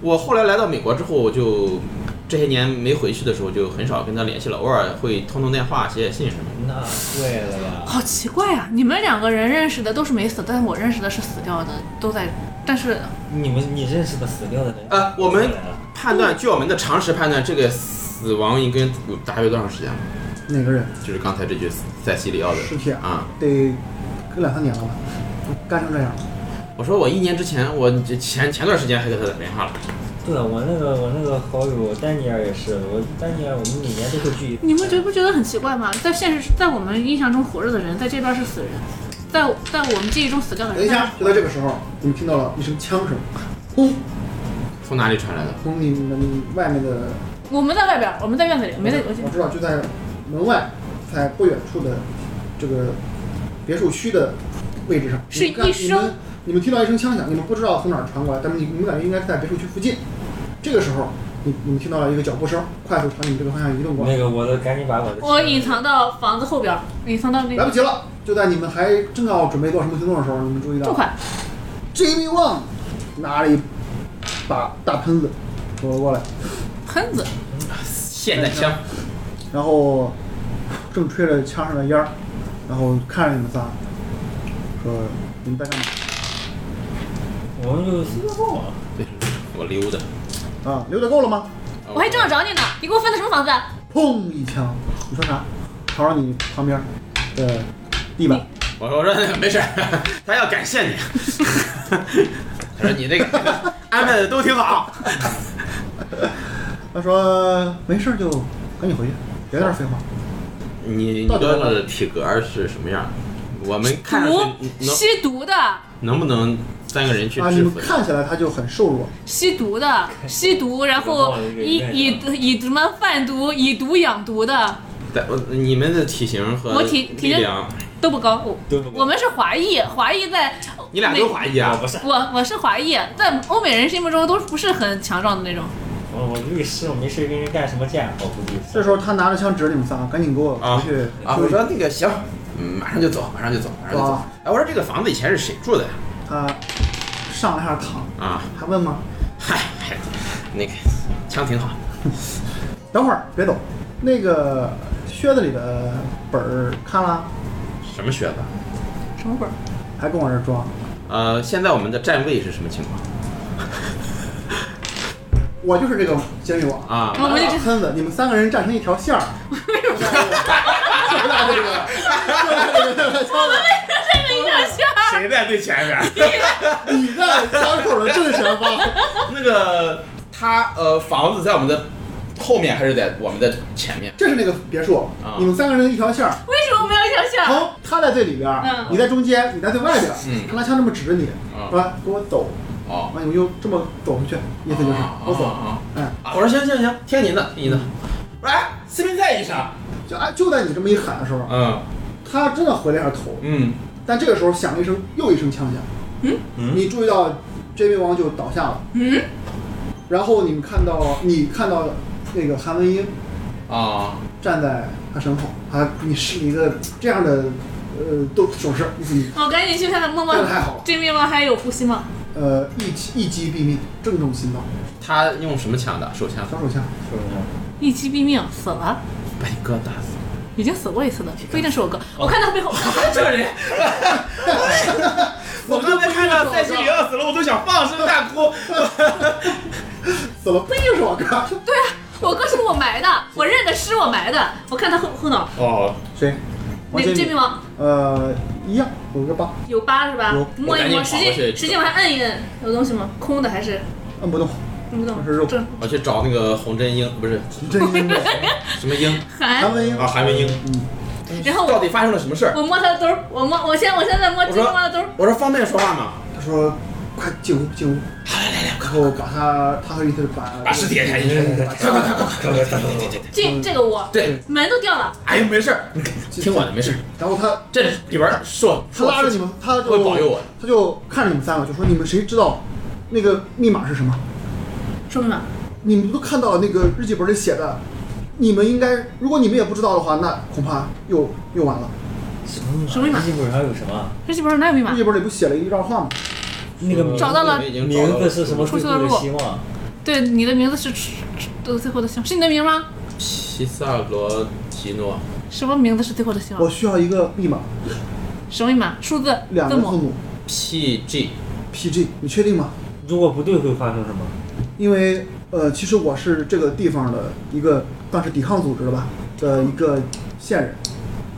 A: 我后来来到美国之后，我就这些年没回去的时候，就很少跟他联系了，偶尔会通通电话、写写信什么的。
D: 那怪了吧？
C: 好奇怪啊！你们两个人认识的都是没死，但是我认识的是死掉的，都在，但是
D: 你们你认识的死掉的人
A: 呃我们
D: 都来了
A: 判断，据我们的常识判断，这个死亡应该大约多长时间了？
B: 哪个人
A: 就是刚才这句塞西里奥的
B: 尸体啊？
A: 啊。
B: 得跟两三年了吧，干成这样了。
A: 我说我一年之前，我这前前段时间还跟他打电话了。
D: 对啊，我那个我那个好友丹尼尔也是，我丹尼尔我们每年都会聚一次。
C: 你们觉不觉得很奇怪吗？在现实，在我们印象中活着的人，在这边是死人，在在我们记忆中死掉的
B: 等一
C: 人，
B: 下，就在这个时候，你们听到了一声枪声，轰！
A: 从哪里传来的？
B: 从你们外面的，
C: 我们在外边，我们在院子里，没在。
B: 我知道就在门外，在不远处的这个别墅区的位置上，
C: 是
B: 你们看
C: 一声
B: 你们你们听到一声枪响，你们不知道从哪儿传过来，但是你你们感觉应该是在别墅区附近。这个时候，你你们听到了一个脚步声，快速朝你们这个方向移动过来，
D: 那个我都赶紧把我的
C: 我隐藏到房子后边，隐藏到那
B: 来不
C: 个
B: 及了。就在你们还正要准备做什么行动的时候，你们注意到
C: 这
B: 了
C: 块，
B: Jimmy Wang 拿了一把大喷子走了过来，
C: 喷子，
A: 现代枪。
B: 然后正吹着枪上的烟儿，然后看着你们仨，说你们在干
D: 我们就 C 号啊，
A: 对，我溜达。
B: 嘛？啊，留得够了吗？
C: 我还正要找你呢，你给我分的什么房子啊？
B: 砰一枪，你说啥？朝着你旁边的地板，
A: 我说我说没事儿， [LAUGHS] 他要感谢你。 [LAUGHS] 他说你这个 [LAUGHS] 安排的都挺好。
B: 他说没事儿就赶紧回去，别在这儿废话。
A: 啊你你
B: 到底在哪
A: 的体格是什么样？我们看嗯上
C: 毒
A: 去，能
C: 吸毒的，
A: 能不能三个人去
B: 啊，你
A: 制
B: 们
A: 服？啊
B: 看起来他就很瘦弱，
C: 吸毒的，吸毒，然后以以以什么贩毒、以毒养毒的
A: 但我你们的体型和
C: 我体体
A: 力量，
C: 都不高。我
D: 对不对？
C: 我们是华裔，华裔在
A: 你俩都华裔
D: 哎我
A: 啊？
D: 不是，
C: 我我是华裔，在欧美人心目中都不是很强壮的那种。
D: 我我律师，我没事跟人干什么架？我哦估计是。
B: 这时候他拿着枪指着你们仨，赶紧给我
A: 啊
B: 回去
A: 啊！
B: 休
A: 我
B: 息
A: 说那个行，嗯马上就走，马上就走，马上就走
B: 啊。
A: 哎，我说这个房子以前是谁住的呀？
B: 他上了一下炕，
A: 啊，
B: 还问吗？
A: 嗨，嗨那个枪挺好。
B: 等会儿别走，那个靴子里的本儿看了，
A: 什么靴子？
C: 什么鬼儿？
B: 还跟我这儿装。
A: 呃，现在我们的站位是什么情况
B: 我就是这个监狱王，
A: 啊？
B: [LAUGHS]
C: 我们就
B: 大
C: 这
B: 喷子，你们三个人站成一条线儿。 [LAUGHS] 为什么？就这个，就这个枪口，
C: 一条线儿，
A: 谁在最前面？
B: 你在枪口的正前方。
A: 那个他呃，房子在我们的后面还是在我们的前面？
B: 这是那个别墅
A: 啊，
B: 你们三个人一条线儿，
C: [LAUGHS] 为什么没有一条线儿？
B: 从他在最里边儿
C: 啊嗯，
B: 你在中间，你在最外边儿
A: 嗯。
B: 他拿枪这么指着你，
A: 啊
B: 是吧？跟我走，
A: 哦，
B: 完你们就这么走回去，意思就是我走。
A: 啊
B: 哎，
A: 啊！我说行行行，听您的，听您哎的。喂，斯宾塞医生。
B: 就啊，就在你这么一喊的时候，
A: 嗯
B: 他真的回了一下头，
A: 嗯，
B: 但这个时候响了一声又一声枪响，
D: 嗯
B: 你注意到 J B 王就倒下了，
C: 嗯，
B: 然后你们看到你看到那个韩文英
A: 啊，
B: 站在他身后，他你施了一个这样的呃动手势，意思你
C: 我赶紧去看看摸摸
B: 这个太好了
C: 这面包还有呼吸吗？
B: 呃一击一击毙命，正中心脏，
A: 他用什么枪的？手枪
B: 小手枪，
D: 是不是？
C: 一击毙命，死了，
A: 把你哥打死。
C: 已经死过一次的，不一定是我哥。我看他背后， [LAUGHS]
A: 这人，我刚才看到塞西里奥死了，我都想放声大哭。
B: 死了 [LAUGHS] 不一定是我哥，
C: 对啊，我哥是给我埋的，我认的尸，我埋的。我看他后后脑，
A: 哦，
B: 谁？
C: 那个这面包
B: 呃一样有个疤，
C: 有疤是吧
B: 有？
C: 摸一
A: 我赶紧
C: 摸，
A: 跑
C: 使
A: 过去
C: 劲使劲往下摁一摁，有东西吗？空的还是
B: 摁嗯不动，
C: 不动？
B: 这是肉
C: 正
A: 我去找那个洪真英，不是
B: 真英 [LAUGHS] 的
A: 什么英
B: 韩
C: 寒。
B: 文英
A: 啊，韩文英。
B: 嗯，
C: 然后
A: 到
C: 我
A: 底发生了什么事儿？
C: 我摸他的兜儿，我摸我现在我现在摸
A: 我
C: 这
A: 说
C: 面包的兜儿，
A: 我说方便说话吗？
B: 他说快进屋进屋，然后把他他和伊特把
A: 把尸体给抬进去。
B: 把枪
C: 进这个屋，
A: 对，
C: 门都掉了，
A: 哎呦，没事儿，你听我的，没事儿。
B: 然后他
A: 这里边儿说，
B: 他拉着你们，他就
A: 会保佑我的
B: 他就看着你们三个，就说你们谁知道那个密码是什么？
C: 说明了。
B: 你们都看到那个日记本里写的你们应该，如果你们也不知道的话，那恐怕又又完了。
D: 什么密
C: 什么密码
D: 日记本上有什么？
C: 日记本上哪有密码
B: 日记？本里不写了一段话吗？
D: 那
A: 嗯
D: 个
C: 找到了
D: 名字是什么？
C: 出去
D: 最
C: 的
D: 后
C: 路
D: 的希望。
C: 对，你的名字是呃最后的希望，是你的名吗？
A: 西萨罗吉诺，
C: 什么名字是最后的希
B: 我
C: 望？
B: 需要一个密码，
C: 什么密码？数字、
B: 两
C: 字
B: 个字
C: 母。
B: 母
A: PG
B: PG，你确定吗？
D: 如果不对会发生什么？
B: 因为呃，其实我是这个地方的一个当时抵抗组织的吧的一个线人，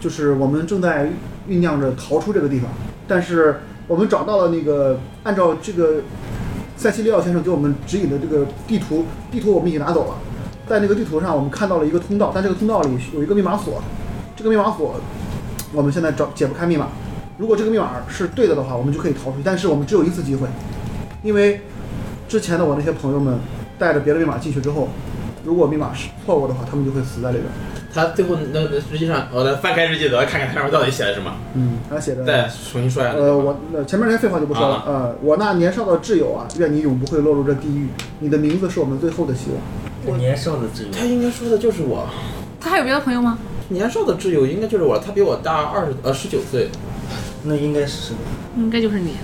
B: 就是我们正在酝酿着逃出这个地方，但是我们找到了那个按照这个塞西利奥先生给我们指引的这个地图，地图我们已经拿走了，在那个地图上我们看到了一个通道，但这个通道里有一个密码锁，这个密码锁我们现在找解不开密码。如果这个密码是对的的话，我们就可以逃出去，但是我们只有一次机会，因为之前的我那些朋友们带着别的密码进去之后，如果密码是错误的话，他们就会死在里边。
A: 他最后那那实际上，我来翻开日记本，看看它上面到底写的什么，
B: 嗯，他写着，
A: 再重新说一下那
B: 呃，
A: 个吧。
B: 我那前面那些废话就不说了。
A: 啊
B: 呃，我那年少的挚友啊，愿你永不会落入这地狱。你的名字是我们最后的希望。
A: 我
D: 年少的自由。
A: 他应该说的就是我，
C: 他还有别的朋友吗？
A: 年少的挚友应该就是我，他比我大二十呃十九岁，
D: 那应该是
C: 应该就是你。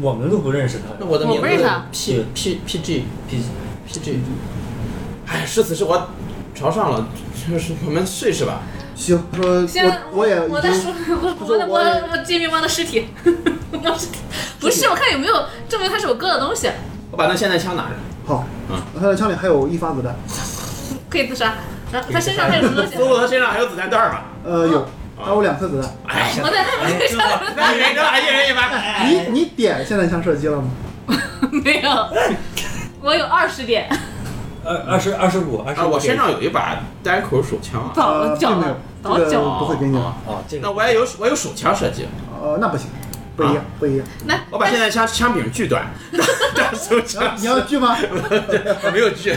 D: 我们都不认识
A: 那
D: 他。
A: 我的名
C: 我不认识
A: 字
C: 啊
A: P P P G
D: P
A: P G，哎，是死是活，朝上了，就是我们试一试吧。
B: 行，他
C: 现
B: 说
C: 在
B: 我我也已
C: 我在
B: 经
C: 数我
B: 不是
C: 我的
B: 我也
C: 我我揭秘汪的尸体，我要尸体不是我看有没有证明它是我哥的东西，
A: 我把那霰弹枪拿着，
B: 好
A: 嗯。
B: 他的枪里还有一发子弹，
C: 可以自杀。然后他身上还有什么东西？ [LAUGHS]
A: 搜索他身上还有子弹袋儿吗？
C: 啊
B: 呃，有，还有两颗子弹。
A: 哎呀，
C: 我在他身上
A: 那你们俩一人一发。
C: 哎
B: 你你点霰弹枪射击了吗？
C: 没有，我有二
B: [LAUGHS]
C: 十点，
D: 二二十二十五二十
A: 啊，
D: 五。
A: 我身上有一把单口手枪啊，
C: 早
B: 呃，
C: 脚
B: 并没
C: 了
B: 有，，
C: 早
B: 这
C: 脚
B: 个
C: 了。
B: 不会给你
A: 哦
B: 的。
D: 哦，这
A: 那
D: 个
A: 我也有我有手枪射击，
B: 呃，那不行，不一样，
A: 啊
B: 不一样。
C: 来，
A: 我把霰弹枪枪柄巨短，当手枪
B: 你要
A: [LAUGHS]
B: 锯吗？
A: 我没有锯，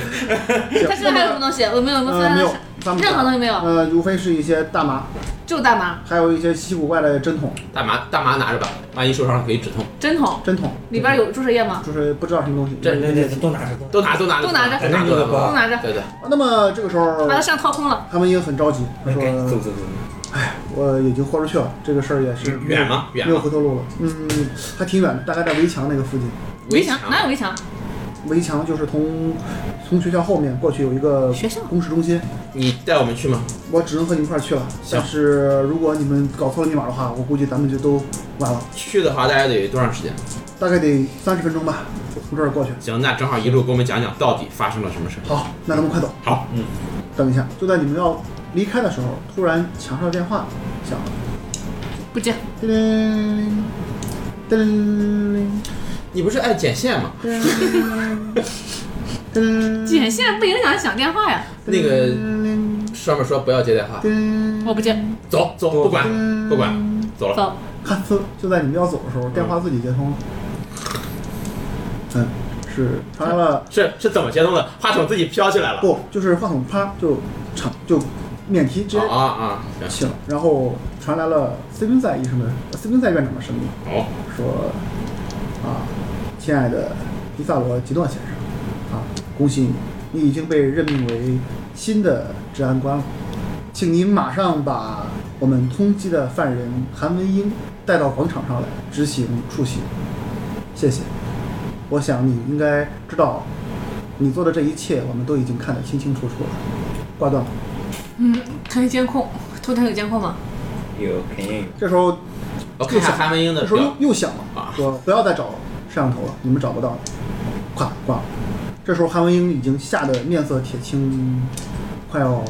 C: 他身上还有什么东西？我没有，我
B: 呃，没有，咱们
C: 任何东西没有，
B: 呃，无非是一些大麻，
C: 只有大麻、
B: 还有一些稀奇古怪的针筒，
A: 大麻大麻拿着吧，万一受伤了可以止痛，
C: 针筒，
B: 针筒
C: 里边有注射液吗？
B: 就是不知道什么东西。
A: 这
D: 对对对，都拿着都拿着。
A: 都拿都拿
C: 都拿着
A: 都拿
D: 都拿着
C: 都拿着，
A: 啊对对，
B: 那么这个时候
C: 把，他身上掏空了。
B: 他们也很着急，他说
D: 哎走走走走，：“
B: 我已经豁出去了，这个事儿也是没有
A: 远吗远吗
B: 没有回头路了。嗯，还挺远的，大概在围墙那个附近。
C: 围
A: 墙
C: 墙哪有围墙？
B: 围墙就是从从学校后面过去有一个
C: 学校
B: 公示中心，
A: 你带我们去吗？
B: 我只能和你们一块儿去了。
A: 行
B: 但是如果你们搞错了密码的话，我估计咱们就都完了，
A: 去的话大概得多长时间？
B: 大概得三十分钟吧，从这儿过去。
A: 行，那正好一路给我们讲讲到底发生了什么事。
B: 好，那咱们快走。
A: 好，
B: 等一下，就在你们要离开的时候，突然墙上的电话响了，
C: 不接，
B: 叮铃叮铃
A: 你不是爱剪线吗？
B: 叮铃叮铃，
C: 剪线不影响响电话呀。
A: 那个
B: 叮铃
A: 上面说不要接电话，
B: 叮
C: 哦我不接，
A: 走走，不管不管，嗯走了。
C: 走。
B: 咔呲，就在你们要走的时候，电话自己接通了。嗯，是传来了，
A: 是是怎么接通的？话筒自己飘起来了。
B: 不就是话筒啪就敞就免提直接
A: 啊啊啊！行，
B: 起了，然后传来了斯宾塞医生的斯宾塞院长的声音。
A: 好，
B: 说啊，亲爱的迪萨罗吉诺先生，啊，恭喜你，你已经被任命为新的治安官了，请您马上把我们通缉的犯人韩文英带到广场上来执行处刑，谢谢。我想你应该知道，你做的这一切我们都已经看得清清楚楚了。挂断了。
C: 嗯，可以监控，头条有监控吗？
D: 有肯定有。
B: 这时候，
A: 我哦看一下韩文英的
B: 这时候又
A: 表。
B: 又响
A: 啊
B: 了，说不要再找摄像头了，你们找不到了。挂挂了。这时候韩文英已经吓得面色铁青，快要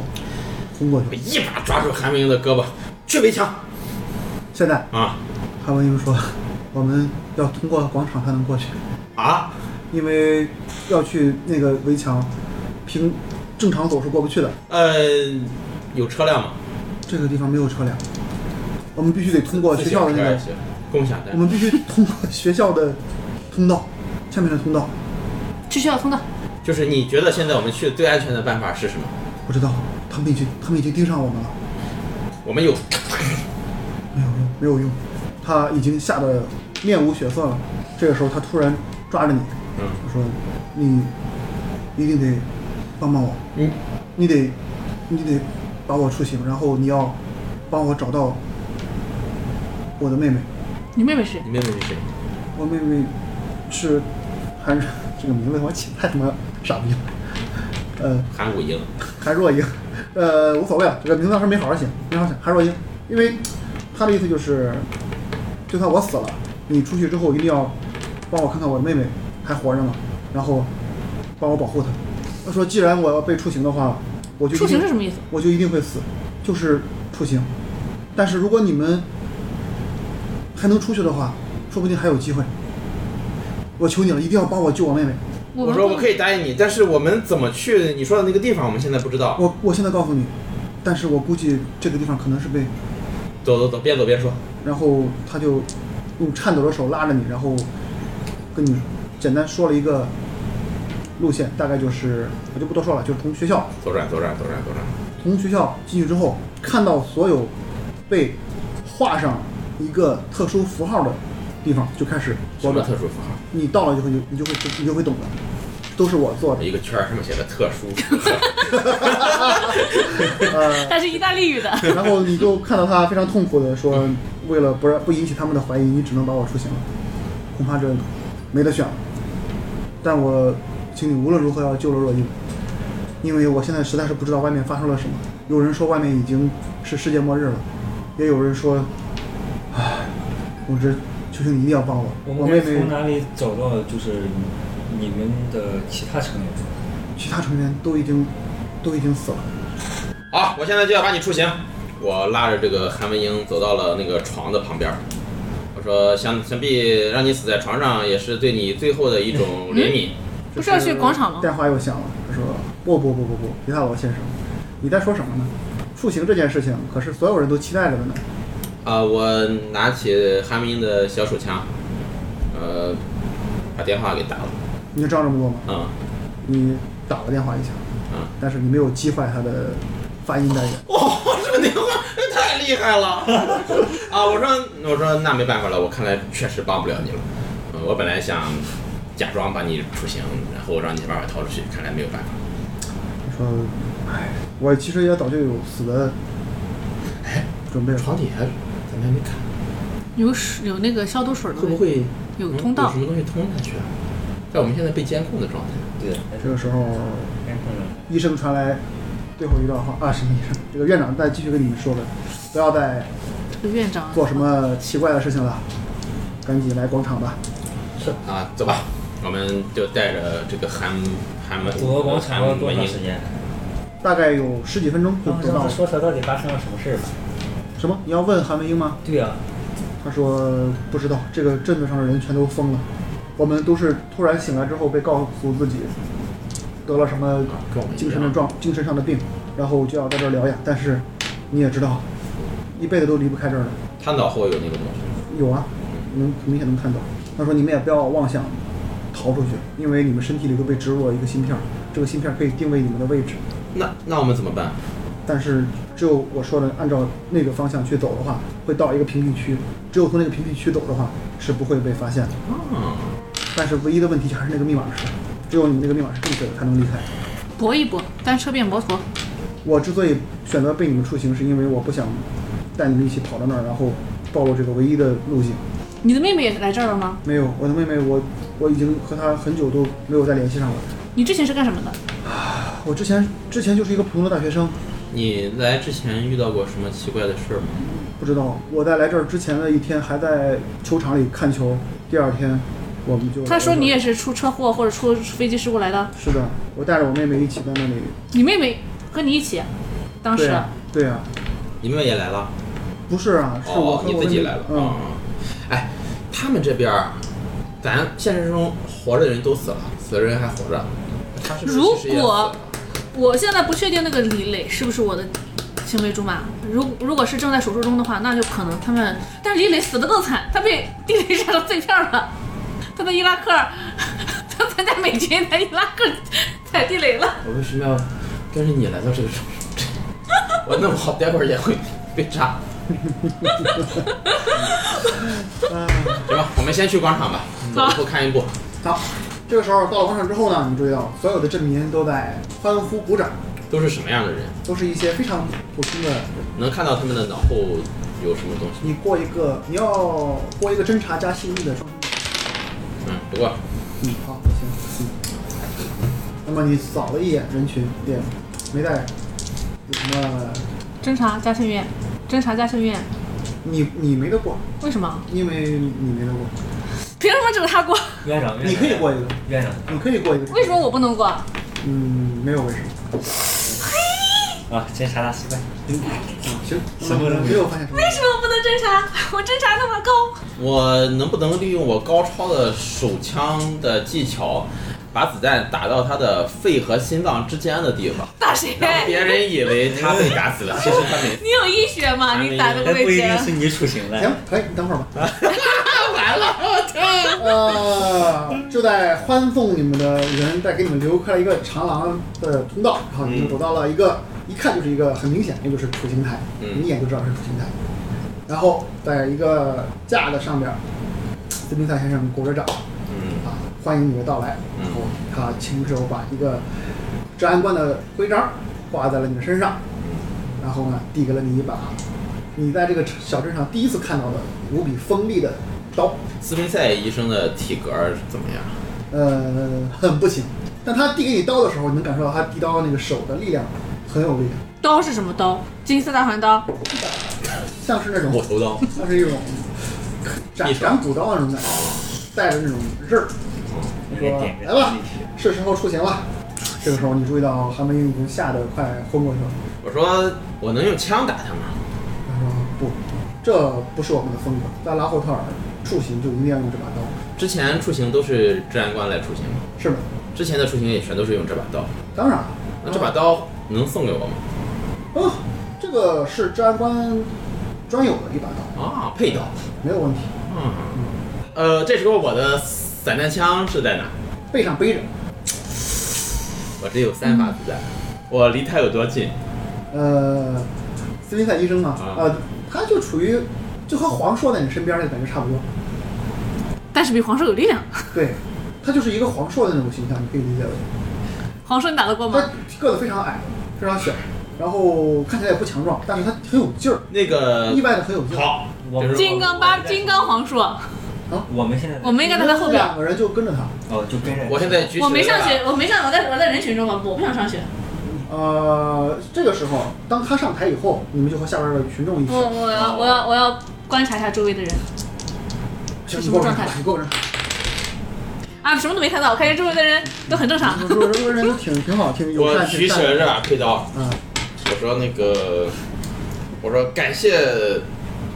B: 昏过去
A: 我
B: 了。
A: 一把抓住韩文英的胳膊，去围墙
B: 现在
A: 啊
B: 韩文英说：“我们要通过广场才能过去，
A: 啊！
B: 因为要去那个围墙，凭正常走是过不去的。
A: 呃，有车辆吗？
B: 这个地方没有车辆，我们必须得通过学校的那个
A: 自行车也行共享单
B: 我。们必须通过学校的通道，下面的通道
C: 去学校通道。
A: 就是你觉得现在我们去最安全的办法是什么？
B: 不知道，他们已经他们已经盯上我们了，
A: 我们有
B: 没有用，没有用，他已经吓得面无血色了。这个时候，他突然抓着你，
A: 嗯
B: 他说：“你一定得帮帮我，
A: 嗯
B: 你得你得把我出行，然后你要帮我找到我的妹妹。
C: 你妹妹是
A: 你妹妹是谁？
B: 我妹妹是韩，这个名字我起得太他妈傻逼了。呃，
A: 韩国英，
B: 韩若英，呃，无所谓啊，这个名字当时没好好写，没好好写。韩若英，因为他的意思就是，就算我死了，你出去之后一定要帮我看看我的妹妹还活着吗？然后帮我保护她。他说，既然我要被处刑的话，我就一
C: 出
B: 定
C: 行是什么意思？
B: 我就一定会死，就是处刑。但是如果你们还能出去的话，说不定还有机会。我求你了，一定要帮我救我妹妹。
A: 我说我可以答应你，但是我们怎么去你说的那个地方，我们现在不知道。
B: 我我现在告诉你，但是我估计这个地方可能是被……
A: 走走走，边走边说。
B: 然后他就用颤抖的手拉着你，然后跟你简单说了一个路线，大概就是我就不多说了，就是从学校
A: 左转，左转，左转，左转。
B: 从学校进去之后，看到所有被画上一个特殊符号的地方，就开始
A: 什
B: 左
A: 么
B: 转
A: 特。殊符号？
B: 你到了就会你就会你就会懂的，都是我做的。
A: 一个圈儿上面写着特殊，
C: 但是意大利
A: [LAUGHS]
C: 语的。
B: 然后你就看到他非常痛苦的说，
D: 嗯
B: 为了不让不引起他们的怀疑，你只能把我处刑了，恐怕这没得选了。但我请你无论如何要救了若英，因为我现在实在是不知道外面发生了什么。有人说外面已经是世界末日了，也有人说，唉，总之求求你一定要帮我。
D: 我
B: 我
D: 们
B: 妹
D: 该从
B: 妹
D: 哪里找到就是你们的其他成员？
B: 其他成员都已经都已经死了。
A: [LAUGHS] 好，我现在就要把你处刑。我拉着这个韩文英走到了那个床的旁边儿，我说想想必让你死在床上也是对你最后的一种怜悯。
C: 不是要去广场吗
B: 电话又响了，他说：“不不不不不，皮萨罗先生，你在说什么呢？处刑这件事情可是所有人都期待着的呢。
A: 啊、我拿起韩文英的小手枪，呃，把电话给打了。
B: 你就知道这么多吗？
A: 嗯 [LAUGHS]
B: 你打了电话一下，
A: 嗯，
B: 但是你没有击坏他的发音单元。
A: 哦，这个电话太厉害了！ [LAUGHS] 啊，我说我说那没办法了，我看来确实帮不了你了。呃我本来想假装把你处刑，然后让你把我逃出去，看来没有办法。
B: 他说：哎，我其实也早就有死的准备了。
A: 床底下咱们还没看，
C: 有水，有那个消毒水的
A: 会不
C: 味道。
A: 会嗯
C: 有通道
A: 有什么东西通下去啊？在我们现在被监控的状态，
D: 对，
B: 这个时候，
D: 该看了。
B: 医生传来最后一段话啊，什么医生？这个院长再继续跟你们说了，不要再
C: 这个院长
B: 做什？么奇怪的事情了，赶紧来广场吧。
A: 啊，走吧，我们就带着这个韩韩文
D: 走到广场要
A: 韩
D: 多
A: 文
D: 长
A: 英
D: 时间？
B: 大概有十几分钟就
D: 刚
B: 走到
D: 刚
B: 了。
D: 说说到底发生了什么事儿吧？
B: 什么？你要问韩文英吗？
D: 对啊，
B: 他说不知道，这个镇子上的人全都疯了，我们都是突然醒来之后被告诉自己得了什么精神的状、精神上的病，然后就要在这儿疗养。但是你也知道，一辈子都离不开这儿了。
A: 他脑后有那个东西。
B: 有啊，能明显能看到。他说你们也不要妄想逃出去，因为你们身体里都被植入了一个芯片儿，这个芯片儿可以定位你们的位置。
A: 那那我们怎么办？
B: 但是只有我说的按照那个方向去走的话，会到一个屏蔽区。只有从那个屏蔽区走的话，是不会被发现的。
A: 嗯，
B: 但是唯一的问题还是那个密码是，只有你那个密码是正确的才能离开。
C: 搏一搏，单车变摩托。
B: 我之所以选择被你们处刑，是因为我不想带你们一起跑到那儿，然后暴露这个唯一的路径。
C: 你的妹妹也来这儿了吗？
B: 没有，我的妹妹，我我已经和她很久都没有再联系上了。
C: 你之前是干什么的？
B: 我之前之前就是一个普通的大学生，
A: 你来之前遇到过什么奇怪的事儿吗？
B: 不知道我在来这儿之前的一天还在球场里看球，第二天我们就
C: 她说你也是出车祸或者出飞机事故来的。
B: 是的，我带着我妹妹一起在那里。
C: 你妹妹和你一起，当
B: 对
C: 时
B: 啊，对啊，
A: 你们也来了？
B: 不是啊，是我
A: 哦，
B: 和
A: 你
B: 我妹
A: 自己
B: 妹
A: 来了。
B: 嗯，
A: 哎，他们这边儿，咱现实中活着的人都死了，死的人还活着。他是不是
C: 如
A: 其实也死了
C: 果我现在不确定那个李磊是不是我的青梅竹马。如如果是正在手术中的话，那就可能他们。但是李磊死的更惨，他被地雷杀成碎片了。 [LAUGHS] 他在伊拉克， [LAUGHS] 他参加美军，在伊拉克踩地雷了。
A: 我为什么要跟着你来到这个城市？我弄不好待会儿也会被炸。
B: 嗯
A: 行吧，我们先去广场吧，走一步看一步。
B: 好，这个时候到了广场之后呢，你注意到所有的镇民都在欢呼鼓掌，
A: 都是什么样的人？
B: 都是一些非常普通的。
A: 能看到他们的脑后有什么东西？
B: 你过一个，你要过一个侦查加信誉的双重
A: 嗯，不过
B: 嗯，好，行，嗯。那么你扫了一眼人群，也没带有什么，
C: 侦查加幸运，侦查加幸运，
B: 你你没得过，
C: 为什么？
B: 因为你没得过，
C: 凭什么只有他过？
D: 院长，院长
B: 你可以过一个，
D: 院长
B: 你可以过一个，
C: 为什么我不能过？
B: 嗯，没有为什么。
D: 啊，侦查大失败，
B: 啊行，那么你没有发现什么？
C: 为什么我不能侦查？我侦查那么高，
A: 我能不能利用我高超的手枪的技巧，把子弹打到他的肺和心脏之间的地方，
C: 打谁？
A: 让别人以为他被打死了，其实他没。
C: 你有医学吗？
A: 还没
C: 你打的
D: 但哎不
C: 位
D: 一定
C: 置？
D: 是你处刑了。
B: 行，可以，你等会儿吧。
A: [LAUGHS] 完了，我天！
B: 呃，就在欢送你们的人在给你们留开了一个长廊的通道，然后你们走到了一个、一看就是一个很明显，那就是处刑台，
A: 嗯
B: 你一眼就知道是处刑台。然后在一个架子上边，斯宾塞先生鼓着掌啊，
A: 嗯，
B: 欢迎你的到来。
A: 嗯
B: 然后他亲手把一个治安官的徽章挂在了你的身上，
A: 嗯
B: 然后呢，递给了你一把你在这个小镇上第一次看到的无比锋利的刀。
A: 斯宾塞医生的体格儿怎么样？
B: 呃，很不行。但他递给你刀的时候，你能感受到他递刀那个手的力量很有力量，
C: 刀是什么刀？金色大环刀。
B: 像是那
A: 我
B: 种
A: 头刀。
B: 像是一种斩
A: 匕首
B: 斩骨刀那种感觉，带着那种刃儿。
D: 有
B: 说
D: 点点
B: 来吧
D: 着，
B: 是时候出行了。这个时候你注意到韩梅英已经吓得快昏过去了。
A: 我说我能用枪打他吗？
B: 他说嗯不，这不是我们的风格。在拉霍特尔处刑就一定要用这把刀。
A: 之前处刑都是治安官来处刑吗？
B: 是的，
A: 之前的处刑也全都是用这把刀。
B: 当然了。
A: 那这把刀能送给我吗？
B: 啊，这个是治安官专有的一把刀，
A: 啊，配刀。
B: 没有问题。
A: 嗯，呃，这时候我的散弹枪是在哪？
B: 背上背着，
A: 我只有三发子弹，我离他有多近？
B: 呃，斯宾塞医生嘛，
A: 啊
B: 呃，他就处于就和黄硕在你身边那感觉差不多，
C: 但是比黄硕有力量。
B: 对，他就是一个黄硕的那种形象，你可以理解为，
C: 黄硕你打得
A: 嗯
C: 过
B: 他
C: 吗？
B: 个子非常矮，非常小，然后看起来也不强壮，但是他很有劲儿，
A: 那个
B: 意外的很有劲儿。
A: 嗯好，
D: 我
A: 就是
C: [LAUGHS] 金刚八，金刚黄硕，
D: 我们现在
C: 我们应该在他后
B: 你们
C: 边。
B: 两个人就跟着他，
D: 哦，就跟着
A: 我现在举起
C: 我没
A: 嗯了
C: 上学，我没上，我在我在人群中嘛，不，我不想上学。
B: 呃，这个时候当他上台以后，你们就和下边的群众一起
C: 我，我要我要我要观察一下周围的人
B: 行
C: 是
B: 你
C: 什
B: 给
C: 么
B: 我
C: 状
B: 扔
C: 态，
B: 你给我扔，
C: 啊，什么都没看到，我看见周围的人都很正常。
B: 我说 [LAUGHS] 这人挺挺好，挺友
A: 我
B: 善，
A: 举
B: 挺
A: 起
B: 善
A: 了
B: 良
A: 这
B: 的，
A: 把佩刀，
B: 嗯，
A: 我说那个，我说感谢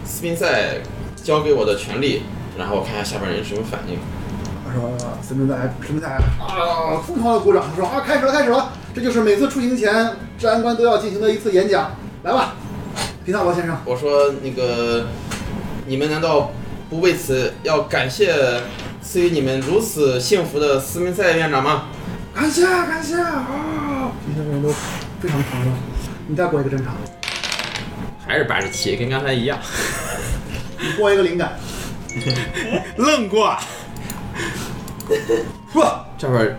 A: 斯宾塞交给我的权利，然后我看一下下边人什么反应。
B: 他说啊斯宾塞，斯宾塞啊，疯狂的鼓掌，说啊，开始了，开始了，这就是每次出行前治安官都要进行的一次演讲，来吧，皮萨罗先生，
A: 我说那个，你们难道不为此要感谢赐予你们如此幸福的斯宾塞院长吗？
B: 感谢感谢啊，这些人都非常狂热。你再过一个侦查，
A: 还是八十七，跟刚才一样，
B: 你过一个灵感，
A: 愣 [LAUGHS] 过。说这会儿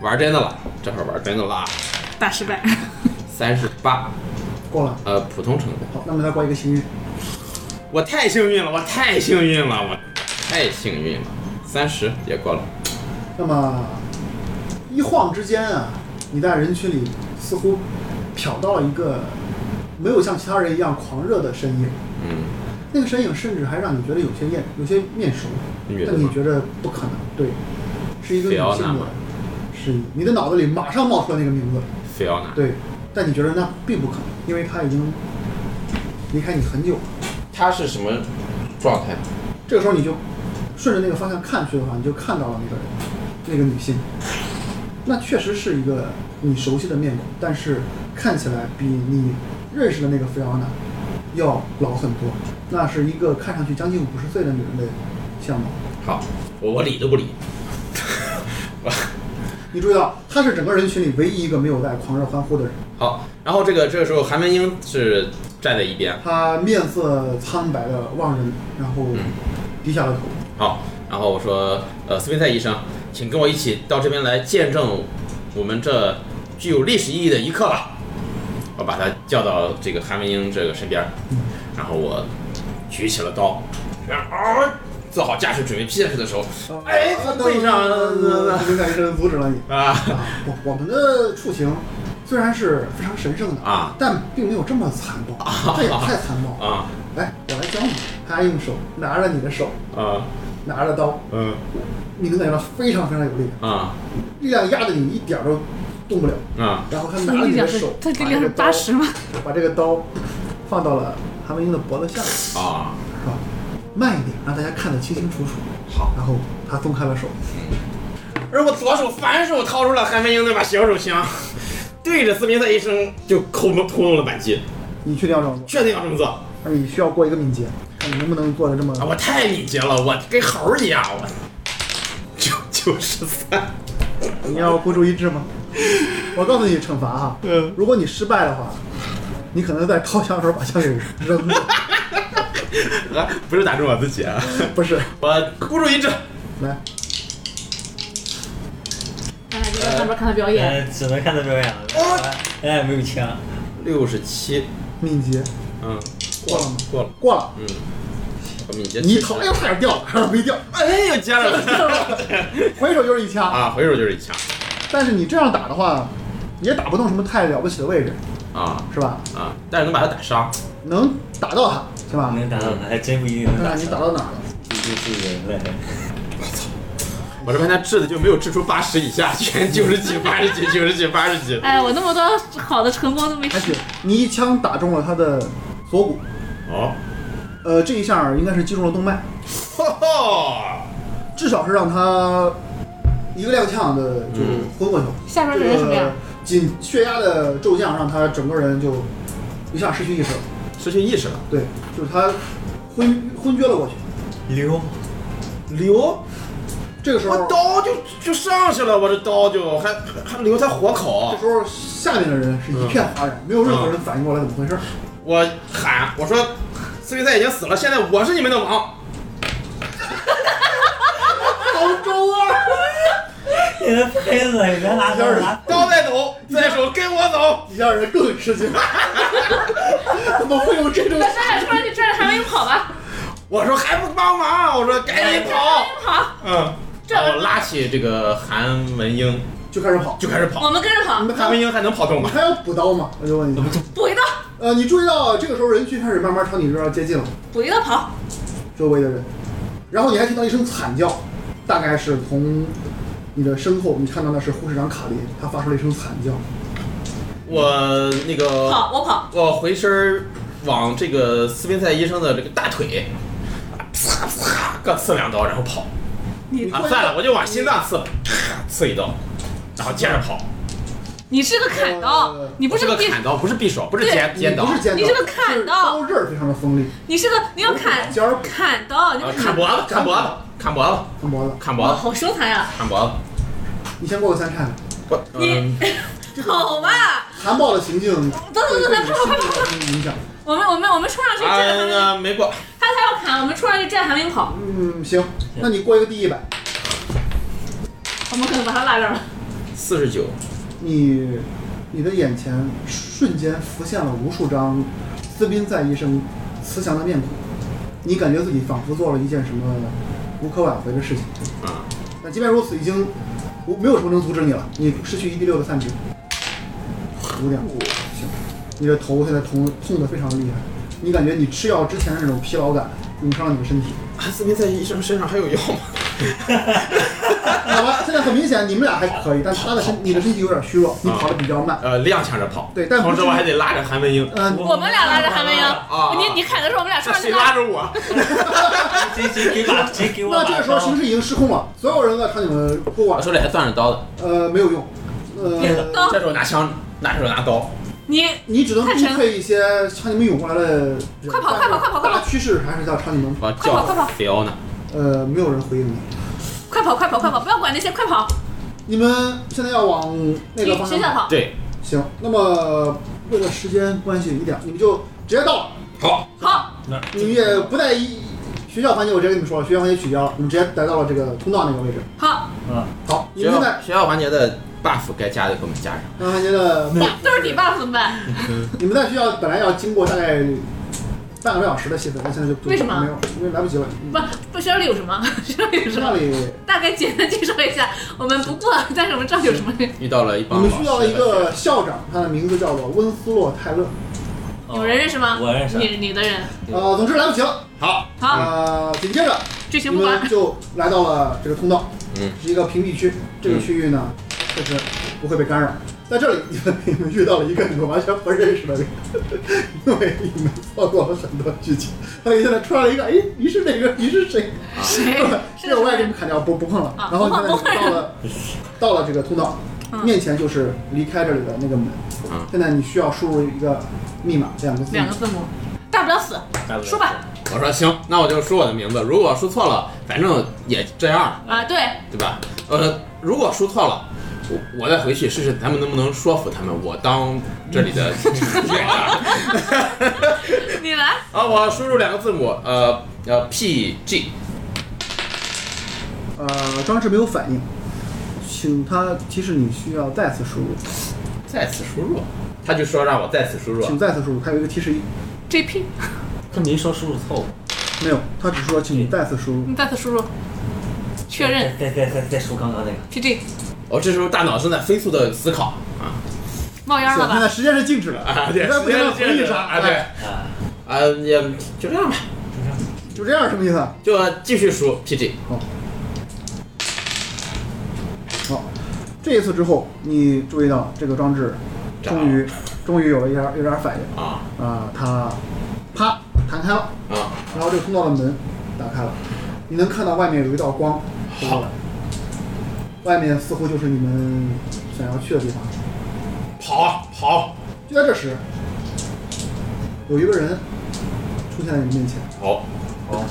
A: 玩真的了，这会儿玩真的了啊，
C: 大失败，
A: 三十八，
B: 过了。
A: 呃，普通成功。
B: 好，那么再过一个幸运，
A: 我太幸运了，我太幸运了，我太幸运了，三十也过了。
B: 那么一晃之间啊，你在人群里似乎瞟到了一个没有像其他人一样狂热的身影，
A: 嗯，
B: 那个身影甚至还让你觉得有些面有些面熟，
A: 女的
B: 但你
A: 吗？
B: 觉得不可能，对，是一个女
A: 菲奥娜
B: 性的
A: 吗，
B: 是你的脑子里马上冒出来那个名字，
A: 菲奥娜。
B: 对，但你觉得那并不可能，因为她已经离开你很久了。
A: 她是什么状态？
B: 这个时候你就顺着那个方向看去的话，你就看到了那个人，那个女性，那确实是一个你熟悉的面孔，但是看起来比你认识的那个菲奥娜要老很多，那是一个看上去将近五十岁的女人的相貌。
A: 好，我我理都不 [LAUGHS] 理。
B: 你注意到，她是整个人群里唯一一个没有在狂热欢呼的人，
A: 好，然后这个这个时候，韩文英是站在一边。
B: 她面色苍白的望着你，然后低下了头。
A: 好，然后我说，呃，斯宾塞医生，请跟我一起到这边来见证我们这具有历史意义的一刻吧。我把他叫到这个韩文英这个身边儿，然后我举起了刀，然后嗷做好架势准备劈下去的时候，哎
B: 啊
A: 背上
B: 我们感觉是阻止了你。
A: 啊
B: 啊，我我们的处刑虽然是非常神圣的
A: 啊，
B: 但并没有这么残暴，这也太残暴了。
A: 啊
B: 来，我来教你。他用手拿着你的手，
A: 啊
B: 拿着刀，
A: 嗯
B: 你能感觉到非常非常有力量，
A: 啊
B: 力量压得你一点儿都动不了。
A: 啊
B: 然后他
C: 他
B: 拿着
C: 力
B: 你的
C: 量是
B: 手，，
C: 他力量是八十吗？
B: 把这个刀，把这个刀放到了韩文英的脖子下面，是
A: 啊！
B: 吧？慢一点，让大家看得清清楚楚。
A: 好，
B: 然后他松开了手，
A: 而我左手反手掏出了韩文英那把小手枪，对着斯宾塞医生就扣动扣动了扳机，
B: 你确定要这么做？
A: 确定要这么做啊！
B: 但是你需要过一个敏捷，看你能不能做的这么。
A: 我太敏捷了，我跟猴儿一样，我 [LAUGHS] 九九十三，
B: 你要孤注一掷
A: [LAUGHS]
B: 吗？我告诉你惩罚啊，
A: 嗯
B: 如果你失败的话，你可能在掏枪的时候把枪给
A: [LAUGHS]
B: 扔了，
A: 啊不是打中我自己啊，
B: 不是，
A: 我孤注一掷。
B: 来，
C: 大家就哎在上边看他表演。
D: 呃，只能看到表演了。
B: 哦
D: 哎，没有枪，
A: 六十七，
B: 敏捷
A: 嗯，
B: 过了吗？
A: 过了，
B: 过了，
A: 嗯，我敏捷。
B: 你一掏，哎呦，差点掉了， [LAUGHS] 没掉，
A: 哎，又接了 [LAUGHS]
B: 回手就是一枪。
A: 啊！回手就是一枪
B: 但是你这样打的话，也打不动什么太了不起的位置，
A: 啊
B: 是吧？
A: 啊！但是能把他打伤，
B: 能打到他，是吧？
D: 能打到他，还真不一定能
B: 看
D: 打
B: 看你打到哪儿了。
D: 毕竟是人类。
A: 我这边他治的就没有治出八十以下，全九十几、八十几、九十几、八十 [LAUGHS] 几。
C: 哎，我那么多好的成功都没
B: 而且你一枪打中了他的锁骨，
A: 哦，
B: 呃，这一下应该是击中了动脉，
A: 吼吼，
B: 至少是让他一个踉跄的就昏过去了。
C: 下边
B: 这
C: 的人什么样
B: 个？紧血压的骤降让他整个人就一下失去意识了，
A: [LAUGHS] 失去意识了。
B: 对，就是他昏昏厥了过去。
D: 溜，
A: 流，
B: 这个时
A: 我
B: 候，
A: 刀就就上去了，我这刀就还还还留在活
B: 这
A: 口。啊
B: 时候下面的人是一片哗然，没有任何人反应过来怎么回事。
A: 我喊我说，斯宾塞已经死了，现在我是你们的王。
B: 好中啊！ [LAUGHS]
D: 你的拍子，你别拿刀拿。
A: 刀带走，在手跟我走。
B: 底下人更吃惊，怎么会有这
C: [LAUGHS]
B: 种？
C: 咱俩出来就拽着韩文英跑吧，
A: 我说还不帮忙，啊我说赶紧哎
C: 哎
A: 跑。
C: 跑，
A: 嗯，
C: 这
A: 然后拉起这个韩文英
B: 就开
A: [LAUGHS]
B: 始跑。
A: 就开始跑。
C: 我们跟着跑
B: 你，们
A: 韩
B: 还
A: 文英还能跑动
B: 你
A: 吗？
B: 还要补刀吗？我就问你。
C: 补一刀，
B: 呃，你注意到这个时候人群开始慢慢朝你这边接近了，
C: 补一刀跑。
B: 周围的人，然后你还听到一声惨叫，大概是从你的身后，你看到的是护士长卡林，他发出了一声惨叫。
A: 我那个，
C: 跑，我跑，
A: 我回身儿往这个斯宾塞医生的这个大腿，啪啪各刺两刀，然后跑。
B: 你
A: 啊，
B: 会
A: 算了，我就往心脏刺，啪刺一刀，然后接着跑。
C: 你是个砍刀
B: 呃，
C: 你不是
A: 个
C: 匕，
A: 砍刀，不是匕首，不是
C: 对
A: 尖尖刀
B: 你不，是尖刀，
C: 你这个砍刀
B: 是刀刃儿非常的锋利，
C: 你是个你要砍
B: 尖儿
C: 砍刀，你
A: 啊
C: 不，
A: 砍脖子，砍脖子，砍脖子，
B: 很薄的。
A: 砍脖
C: 哇，
A: 子，
C: 好凶残呀！
A: 砍脖子。
B: 你先过个三颤，
A: 我
C: 你
A: 嗯，
B: 哦
C: 跑吧，
B: 残暴的行径
C: 走走
B: 会
C: 走
B: 对
C: 走
B: 你
C: 跑跑跑！
B: 身体有影 [LAUGHS] 响。
C: 我们我们我们冲上去拽着韩文英，
A: 啊，没过，
C: 他他要砍，我们冲上去拽着韩文英跑，
B: 嗯，行，那你过一个第一百，
C: 我们可能把他拉这儿了。
A: 四十九。
B: 你你的眼前瞬间浮现了无数张斯宾塞医生慈祥的面孔，你感觉自己仿佛做了一件什么无可挽回的事情。
A: 啊，
B: 但即便如此，已经无没有什么能阻止你了，你失去一滴六的散值，五点五，行，你的头现在痛痛得非常厉害，你感觉你吃药之前的那种疲劳感涌上了你的身体。
A: 斯宾塞医生身上还有药吗？
B: 好吧，现在很明显你们俩还可以，但他的身你的身体有点虚弱，你跑得比较慢。
A: 呃，踉跄着跑。
B: 对但不
A: 同
B: 是
A: 时我还得拉着韩文英。
B: 嗯、
C: 我们俩拉着韩文
A: 啊
C: 英，你你砍的时候我们俩
A: 那
C: 冲上
A: 谁
C: 去
A: 拉
C: 拉。
A: 着我？
B: [LAUGHS]
D: 谁谁给把谁给我
B: 那这个时候形势已经失控了，所有人都在朝你们扑过
A: 我
B: 来，
A: 手里还攥着刀的，
B: 呃，没有用，呃，
C: 刀
A: 这手拿枪，那手拿刀。
C: 你
B: 你只能逼退一些朝你们涌过来的人。
C: 快跑快跑快跑快跑
B: 大趋势还是要朝你们跑，
A: 我要
C: 快跑快
A: 叫
C: 跑
A: 菲奥娜。
B: 呃，没有人回应你。
C: 快跑快跑快跑，不要管那些，快跑，
B: 你们现在要往那
C: 去
B: 个方
C: 学校
B: 向。
C: 跑。
A: 对，
B: 行，那么为了时间关系，一点你们就直接到了，
A: 好，
C: 好，
D: 那
B: 你们也不在一学校环节，我直接跟你们说了，学校环节取消了，你们直接来到了这个通道那个位置。
C: 好，
D: 嗯，
B: 好，你
A: 学
B: 们现
A: 校
B: 在
A: 学校环节的 buff 该加的给我们加上。
B: 让他觉得
C: 哇，都是你 buff 怎么办？
B: 你们在学校本来要经过大概半个多小时的戏份，那现在就就
C: 为什么哦
B: 没有，因为来不及了。
C: 不不，学校里有什么？学校里有什
B: 那
C: 么？
B: 里
C: 大概简单介绍一下，我们不过，但是我们这儿有什么？
A: 遇到了一
B: 你
A: 帮
B: 们需要
A: 老师
B: 一
A: 和
B: 个校长，他的名字叫做温斯洛泰勒。
C: 有人认
D: 哦
C: 识吗？
D: 我认识
C: 你你的人。
B: 呃，总之来不及了。
A: 好，
C: 好，
B: 呃，紧接着
C: 剧情
B: 你
C: 不管
B: 们。就来到了这个通道，
A: 嗯，
B: 是一个屏蔽区。这个区域呢，就是不会被干扰。在这里，你们你们遇到了一个你们完全不认识的人，因为你们错过了很多剧情。所以现在出来了一个，哎，你是哪个？ [LAUGHS] 你是谁？
C: [LAUGHS] 谁？
B: 这个我也给你们砍掉，不不碰了。
C: 啊
B: 然后现在
C: 不碰
B: 到
C: [LAUGHS]
B: 了到了这个通道，
C: 嗯
B: 面前就是离开这里的那个门
A: 嗯。
B: 现在你需要输入一个密码，两个字母。
C: 两个字母，大不了死，
D: 大不了
C: 说吧。
A: 我说行，那我就输我的名字，如果输错了，反正也这样，
B: 嗯
C: 啊，对，
A: 对吧？呃，如果输错了。我我再回去试试，他们能不能说服他们我当这里
B: [LAUGHS]
A: 的院长
C: 你来。
A: 啊？我输入两个字母，呃呃，P G，
B: 呃，装置没有反应，请他提示你需要再次输入，
A: 再次输入，他就说让我再次输入，
B: 请再次输入。还有一个提示一，
C: JP，
D: 他没说输入错误，
B: 没有，他只说请你再次输入。
C: 你再次输入，确
B: 嗯
C: 认
D: 再再再再输刚刚那个。
C: PG，
A: 我、哦这时候大脑正在飞速的思考啊
C: 冒烟了
B: 行，现
C: 吧？
B: 在时间是静止的，
A: 啊，
B: 你
A: 对，
B: 哎再不
A: 时
B: 行
A: 间
B: 了
A: 是这
B: 回忆
A: 样的
B: 啥？
A: 啊，对，
D: 啊，
A: 啊也就这样吧，
B: 就这样什么意思？
A: 就继续输 P G，
B: 好，这一次之后，你注意到这个装置终于终于有了一点有点反应
A: 啊
B: 啊、它啪弹开了，
A: 啊，
B: 然后这个通道的门打开了，你能看到外面有一道光回过来，外面似乎就是你们想要去的地方。
A: 跑跑
B: 就在这时，有一个人出现在你面前，
A: 跑
D: 哦，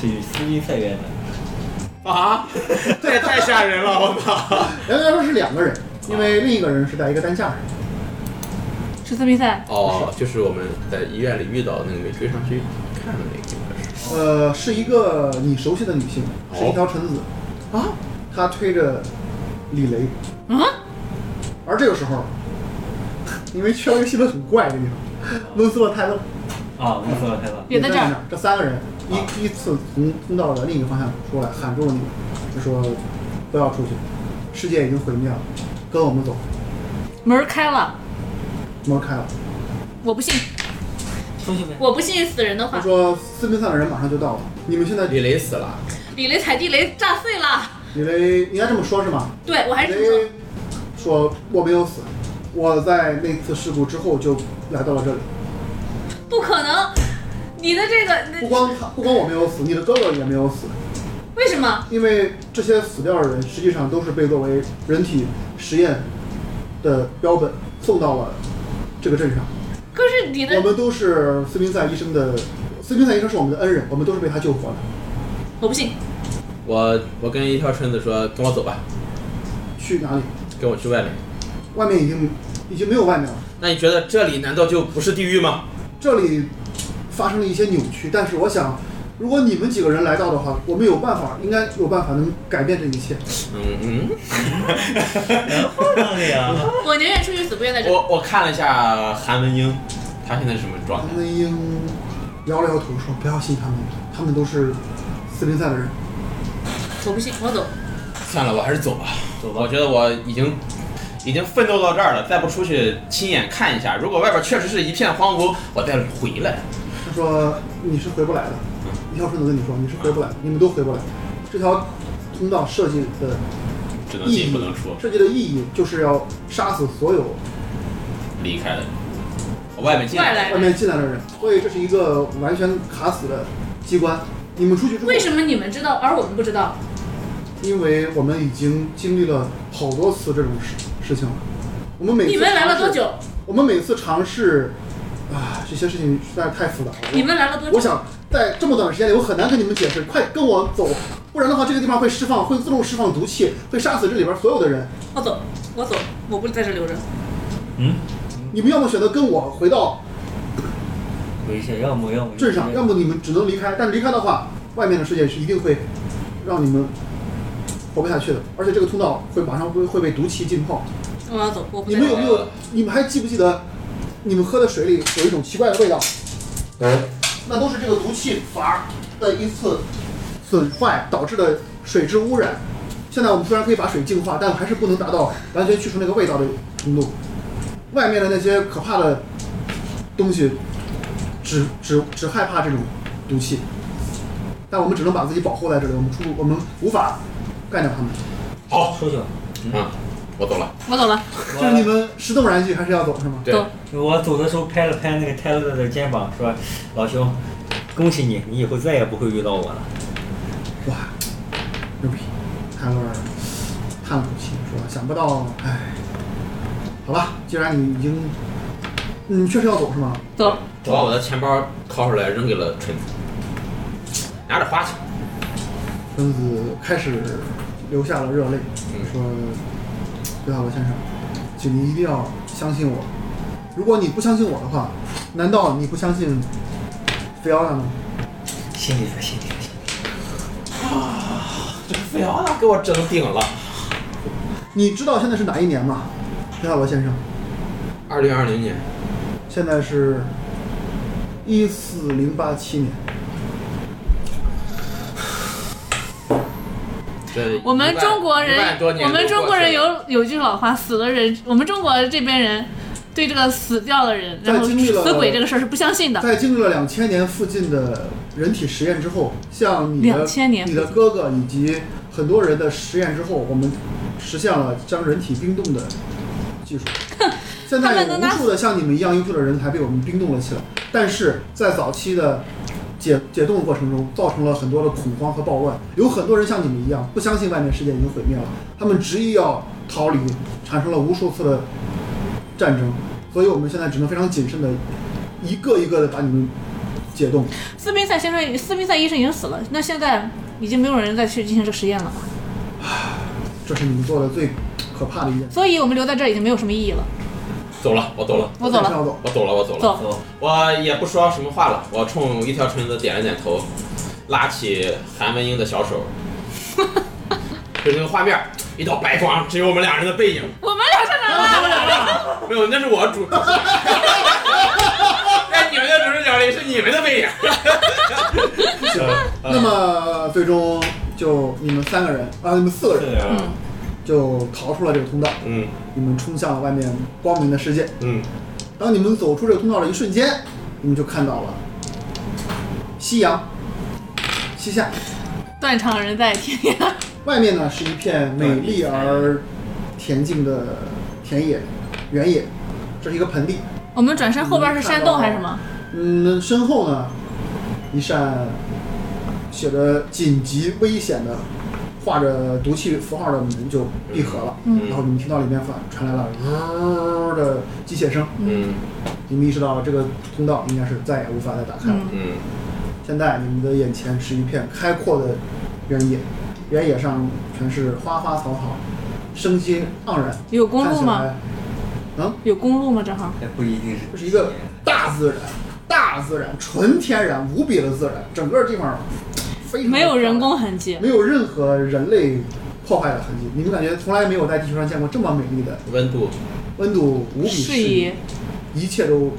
D: 是司机菜园的，
A: 啊， [LAUGHS] 这也太吓人了，我操！
B: 严格来说是两个人，因为另一个人是在一个担架上。
C: 十四比赛，
A: 哦，就是我们在医院里遇到那个没追上去看的那个应该是，
B: 呃，是一个你熟悉的女性，
A: 哦
B: 是一条橙子
C: 哦
B: 啊，她推着李雷，
C: 嗯，
B: 而这个时候， [LAUGHS] 因为缺了一个戏份很怪的地方，温斯洛泰勒
D: 啊，没说开了，
C: 也在
B: 这
C: 这儿，啊
B: 这三个人依依次从通道的另一个方向出来，喊住了你们，就说不要出去，世界已经毁灭了，跟我们走，
C: 门儿开了，
B: 门开了。
C: 我不信，
D: 出去呗。
C: 我不信死人的
B: 他
C: 话，
B: 说四分散的人马上就到了，你们现在
A: 李雷死了，
C: 李雷踩地雷炸碎了，
B: 李雷应该这么说，是吗？
C: 对我还
B: 李
C: 哎是这么
B: 雷说我没有死，我在那次事故之后就来到了这里。
C: 说，不可能，你的这个
B: 不
C: 那
B: 光他，不光我没有死，你的哥哥也没有死，
C: 为什么？
B: 因为这些死掉的人实际上都是被作为人体实验的标本送到了这个镇上。
C: 可是你的
B: 我们都是斯宾塞医生的，斯宾塞医生是我们的恩人，我们都是被他救活的。
C: 我不信，
A: 我我跟一条橙子说跟我走吧，
B: 去哪里？
A: 跟我去外面。
B: 外面已经已经没有外面了。
A: 那你觉得这里难道就不是地狱吗？
B: 这里发生了一些扭曲，但是我想，如果你们几个人来到的话，我们有办法，应该有办法能改变这一切。
A: 嗯嗯，
D: 然后呢呀？
C: 我宁愿出去死，不愿在这儿。
A: 我我看了一下韩文英，他现在是什么状
B: 唐
A: 态？
B: 文英摇了摇头说：“不要信他们，他们都是斯宾塞的人。
C: 我不信，我走。
A: 算了，我还是走吧。
D: 走吧
A: 我觉得我已经已经奋斗到这儿了，再不出去亲眼看一下，如果外边确实是一片荒芜，我再回来。”
B: 他说：“你是回不来的。”一条顺子跟你说：“你是回不来的，你们都回不来。这条通道设计的
A: 只能
B: 意
A: 进
B: 义
A: 不能出，，
B: 设计的意义就是要杀死所有
A: 离开了。我外面进
C: 外来
B: 外面进来的人，所以这是一个完全卡死的机关。你们出去之后，
C: 为什么你们知道，而我们不知道？
B: 因为我们已经经历了好多次这种事事情了。我们每次
C: 你们来了
B: 尝试
C: 多？久？
B: 我们每次尝试，啊，这些事情实在是太复杂了。
C: 你们来了多
B: 我
C: 久？
B: 想在这么短的时间里，我很难跟你们解释。快跟我走，不然的话，这个地方会释放，会自动释放毒气，会杀死这里边所有的人。
C: 我走，我走，我不在这留着。
D: [LAUGHS] 嗯，
B: 你们要么选择跟我回到
D: 回去，要么要么
B: 镇上，要么你们只能离开。但离开的话，外面的世界是一定会让你们活不下去的，而且这个通道会马上会会被毒气浸泡。
C: 我要走，我不
B: 你
C: 在
B: 们
C: 这儿。啊
B: 有没有？你们还记不记得，你们喝的水里有一种奇怪的味道？那都是这个毒气阀的一次损坏导致的水质污染。现在我们虽然可以把水净化，但还是不能达到完全去除那个味道的程度。外面的那些可怕的东西，只只只害怕这种毒气，但我们只能把自己保护在这里，我们出我们无法干掉他们。
D: 好，说去吧。
A: 嗯，我走了。
C: 我走了，
B: 就是你们石动燃去还是要走是吗？
A: 对
C: 走，
D: 我走的时候拍了拍那个泰勒的肩膀，说：“老兄，恭喜你，你以后再也不会遇到我了。
B: 哇，牛逼！泰勒叹了口气说：“想不到，唉，好吧，既然你已经，你确实要走是吗？
C: 走了。
A: 我把我的钱包掏出来扔给了纯子，拿着花去。
B: 贞子开始流下了热泪，说：“对啊，罗先生，请您一定要相信我。如果你不相信我的话，难道你不相信菲奥娜吗？”
D: 心里说，心里说，心里
A: 这菲奥娜给我整顶了。
B: 你知道现在是哪一年吗？对啊，罗先生，
A: 二零二零年，
B: 现在是一四零八七年。
A: 这
C: 我们中国
A: 一万
C: 人，
A: 多年
C: 我们
A: 都
C: 中
A: 过
C: 国
A: 去
C: 人
A: 了
C: 有有句老话，死了人，我们中国这边人对这个死掉的人，
B: 在
C: 然后
B: 经历了
C: 死鬼这个事儿是不相信的。
B: 在经历了两千年附近的人体实验之后，像你的
C: 2000年
B: 你的哥哥以及很多人的实验之后，我们实现了将人体冰冻的技术。现在有无数的像你们一样优秀的人才被我们冰冻了起来，但是在早期的解解冻的过程中，造成了很多的恐慌和暴乱。有很多人像你们一样，不相信外面世界已经毁灭了，他们执意要逃离，产生了无数次的战争。所以我们现在只能非常谨慎的，一个一个的把你们解冻。
C: 斯宾塞先生，斯宾塞医生已经死了，那现在已经没有人再去进行这个实验了吧？
B: 这是你们做的最可怕的一件事。
C: 所以我们留在这儿已经没有什么意义了。
A: 走了，我走了，
C: 我走
B: 还是
C: 了，
B: 要走。
A: 我走了，我走了。
D: 说。
C: 走。
D: 走，
A: 我也不说什么话了，我冲一条裙子点了点头，拉起韩文英的小
C: [LAUGHS]
A: 手。就那个画面，一道白光，只有我们俩人的背影。
C: 我们俩在哪儿啊？
A: 没有，那是我 [LAUGHS] 主。在你们的主视角里是你们的背影。
B: 那么最终就你们三个人啊，你们四个人
D: 对啊，
B: 就逃出了这个通道，
A: 嗯
B: 你们冲向了外面光明的世界。
A: 嗯，
B: 当你们走出这个通道的一瞬间，你们就看到了夕阳西下，
C: 断肠人在天涯。 [LAUGHS]
B: 外面呢是一片美丽而恬静的田野原野，这是一个盆地。
C: 我们转身后边是山洞还是什么？
B: 嗯，身后呢，一扇写着“紧急危险”的、画着毒气符号的门就闭合了。
A: 嗯
B: 然后你们听到里面发传来了“呜”的机械声，
A: 嗯
B: 你们意识到这个通道应该是再也无法再打开了。
C: 嗯
A: 嗯
B: 现在你们的眼前是一片开阔的原野，原野上全是花花草草，生机盎然。
C: 有公路吗
B: 看起来？嗯，
C: 有公路吗？正好。
D: 还不一定是
B: 这是一个大自然，大自然，纯天然，无比的自然，整个地方非常
C: 没有人，工痕迹，
B: 没有任何人类破坏的痕迹。你们感觉从来没有在地球上见过这么美丽的
A: 温度
B: 温度，无比适
C: 适
B: 宜
C: 宜，。
B: 一切都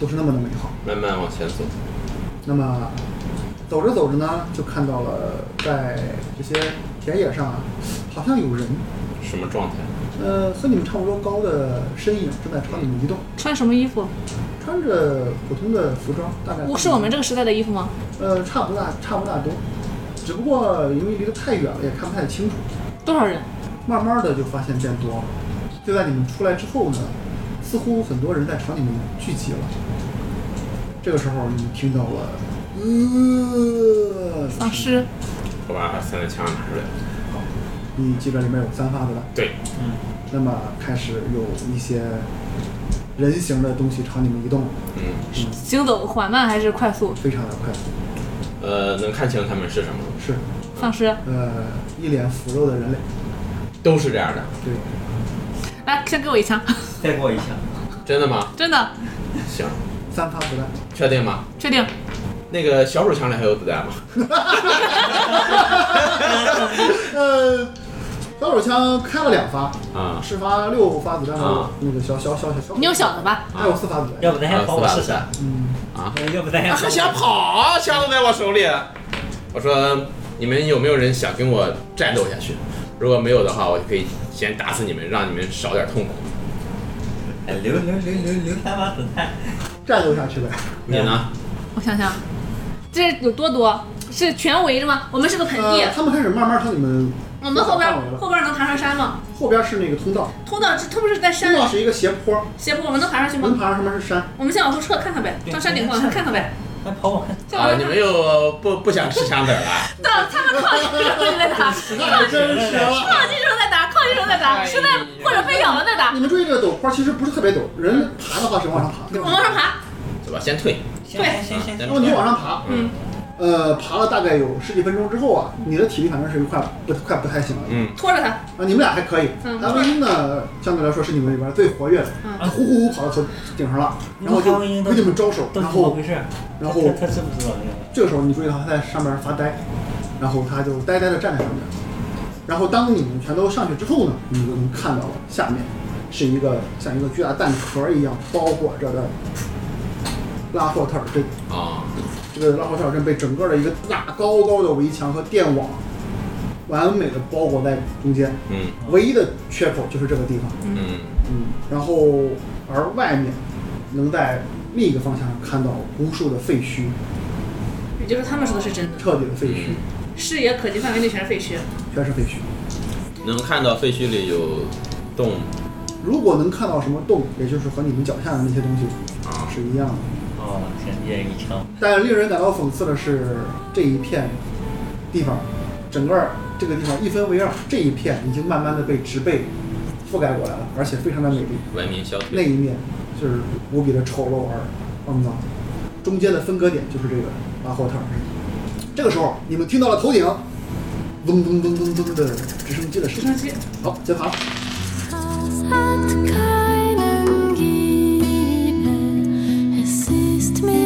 B: 都是那么的美好。
A: 慢慢往前走。
B: 那么走着走着呢，就看到了在这些田野上啊，好像有人，
A: 什么状态？
B: 呃，和你们差不多高的身影正在朝你们移动，
C: 穿什么衣服？
B: 穿着普通的服装，大概
C: 我是我们这个时代的衣服吗？
B: 呃，差不大，差不大多，只不过因为离得太远了，也看不太清楚。
C: 多少人？
B: 慢慢的就发现变多了，就在你们出来之后呢，似乎很多人在朝你们聚集了。这个时候，你们听到了，呃，
C: 丧尸。
A: 我把散弹枪拿出来。
B: 你记得嗯里面有三发子弹，
A: 对，
B: 那么开始有一些人形的东西朝你们移动了，
A: 嗯，
C: 行走缓慢还是快速？
B: 非常的快速，
A: 呃，能看清他们是什么吗，
B: 是，
C: 丧尸，
B: 呃，一脸腐肉的人类，
A: 都是这样的。
B: 对，
C: 来，先给我一枪， [LAUGHS]
D: 再过一枪，
A: 真的吗？
C: 真的，
A: 行，
B: 三发子弹， [LAUGHS]
A: 确定吗？
C: 确定。
A: 那个小手枪里还有子弹吗？
B: 呃，打手枪开了两发，
A: 啊，
B: 是发六发子弹的
A: 啊
B: 那个小小小小小，
C: 你有小的吧？
B: 还有四发子弹，
D: 要不咱先跑我试试？
B: 嗯，
D: 要不咱先
A: 啊还想跑，枪都在我手里。我说你们有没有人想跟我战斗下去？如果没有的话，我就可以先打死你们，让你们少点痛苦。
D: 留留留留留三发子弹。
B: 战斗下去呗。呃
A: 你呢？
B: 嗯
C: 我想想，这有多多？是全围着吗？我们是个盆地
B: 呃，，他们开始慢慢朝你们
C: 我们后
B: 范围
C: 边
B: 了
C: 后边能爬上山吗？
B: 后边是那个通道，
C: 通道这它不是在
B: 通
C: 山
B: 道是嗯一个斜坡，
C: 斜坡，我们能爬上去
B: 门
C: 吗？
B: 爬上面是山，
C: 我们先往后撤看看呗，
D: 对
C: 到山顶往上看看呗。
D: 咱跑我看。
C: 再往
A: 啊，
C: 上
A: 你
C: 看
A: 们又不不想吃枪子儿了？
C: 到他们靠近的时候在打，
B: 那真是了。
C: 靠近时候在打，靠近时候在打，实在或者被咬了在打，
B: 你们注意这个陡坡其实不是特别陡，人爬的话是往上爬，
C: 往上爬。
A: 走吧，先退。
D: 行行行
A: 啊
D: 行，
A: 咱
B: 然
A: 们
B: 后你往上爬，
C: 嗯，
B: 呃，爬了大概有十几分钟之后啊，你的体力反正是快不快不太行了。
A: 嗯，
C: 拖着他，
B: 啊，你们俩还可以，
C: 嗯
B: 达文英呢相对来说是你们里边最活跃的，
C: 嗯
B: 他呼呼呼跑到头顶上了，然后就
D: 达文英都
B: 跟你们招手，
D: 都
B: 然
D: 是怎么
B: 后
D: 回事？
B: 然后
D: 他他知不知道这个？
B: 这个时候你注意到他在上面发呆，然后他就呆呆的站在上面。然后当你们全都上去之后呢，你就能看到下面是一个像一个巨大蛋壳一样包裹着的拉霍特尔镇。
A: 啊，
B: 这个拉霍特尔镇被整个的一个大高高的围墙和电网完美的包裹在中间，
A: 嗯
B: 唯一的缺口就是这个地方。
A: 嗯
B: 嗯，然后而外面能在另一个方向看到无数的废墟，
C: 也就是他们说的是真的，
B: 彻底的废墟，
A: 嗯，
C: 视野可及范围内全是废墟。
B: 全是废墟。
A: 能看到废墟里有洞
B: 如果能看到什么洞，也就是和你们脚下的那些东西
A: 啊，
B: 是一样的。
D: 哦，行，一人一枪。
B: 但令人感到讽刺的是，这一片地方，整个这个地方一分为二，这一片已经慢慢的被植被覆盖过来了，而且非常的美丽。
A: 文明消退。
B: 那一面就是无比的丑陋而肮脏，中间的分割点就是这个拉霍特尔。这个时候，你们听到了头顶嗡嗡嗡嗡嗡的直升机的
C: 直
B: 声音
C: 升。机，
B: 好，接爬。
E: Es hat keinen gegeben, es ist mir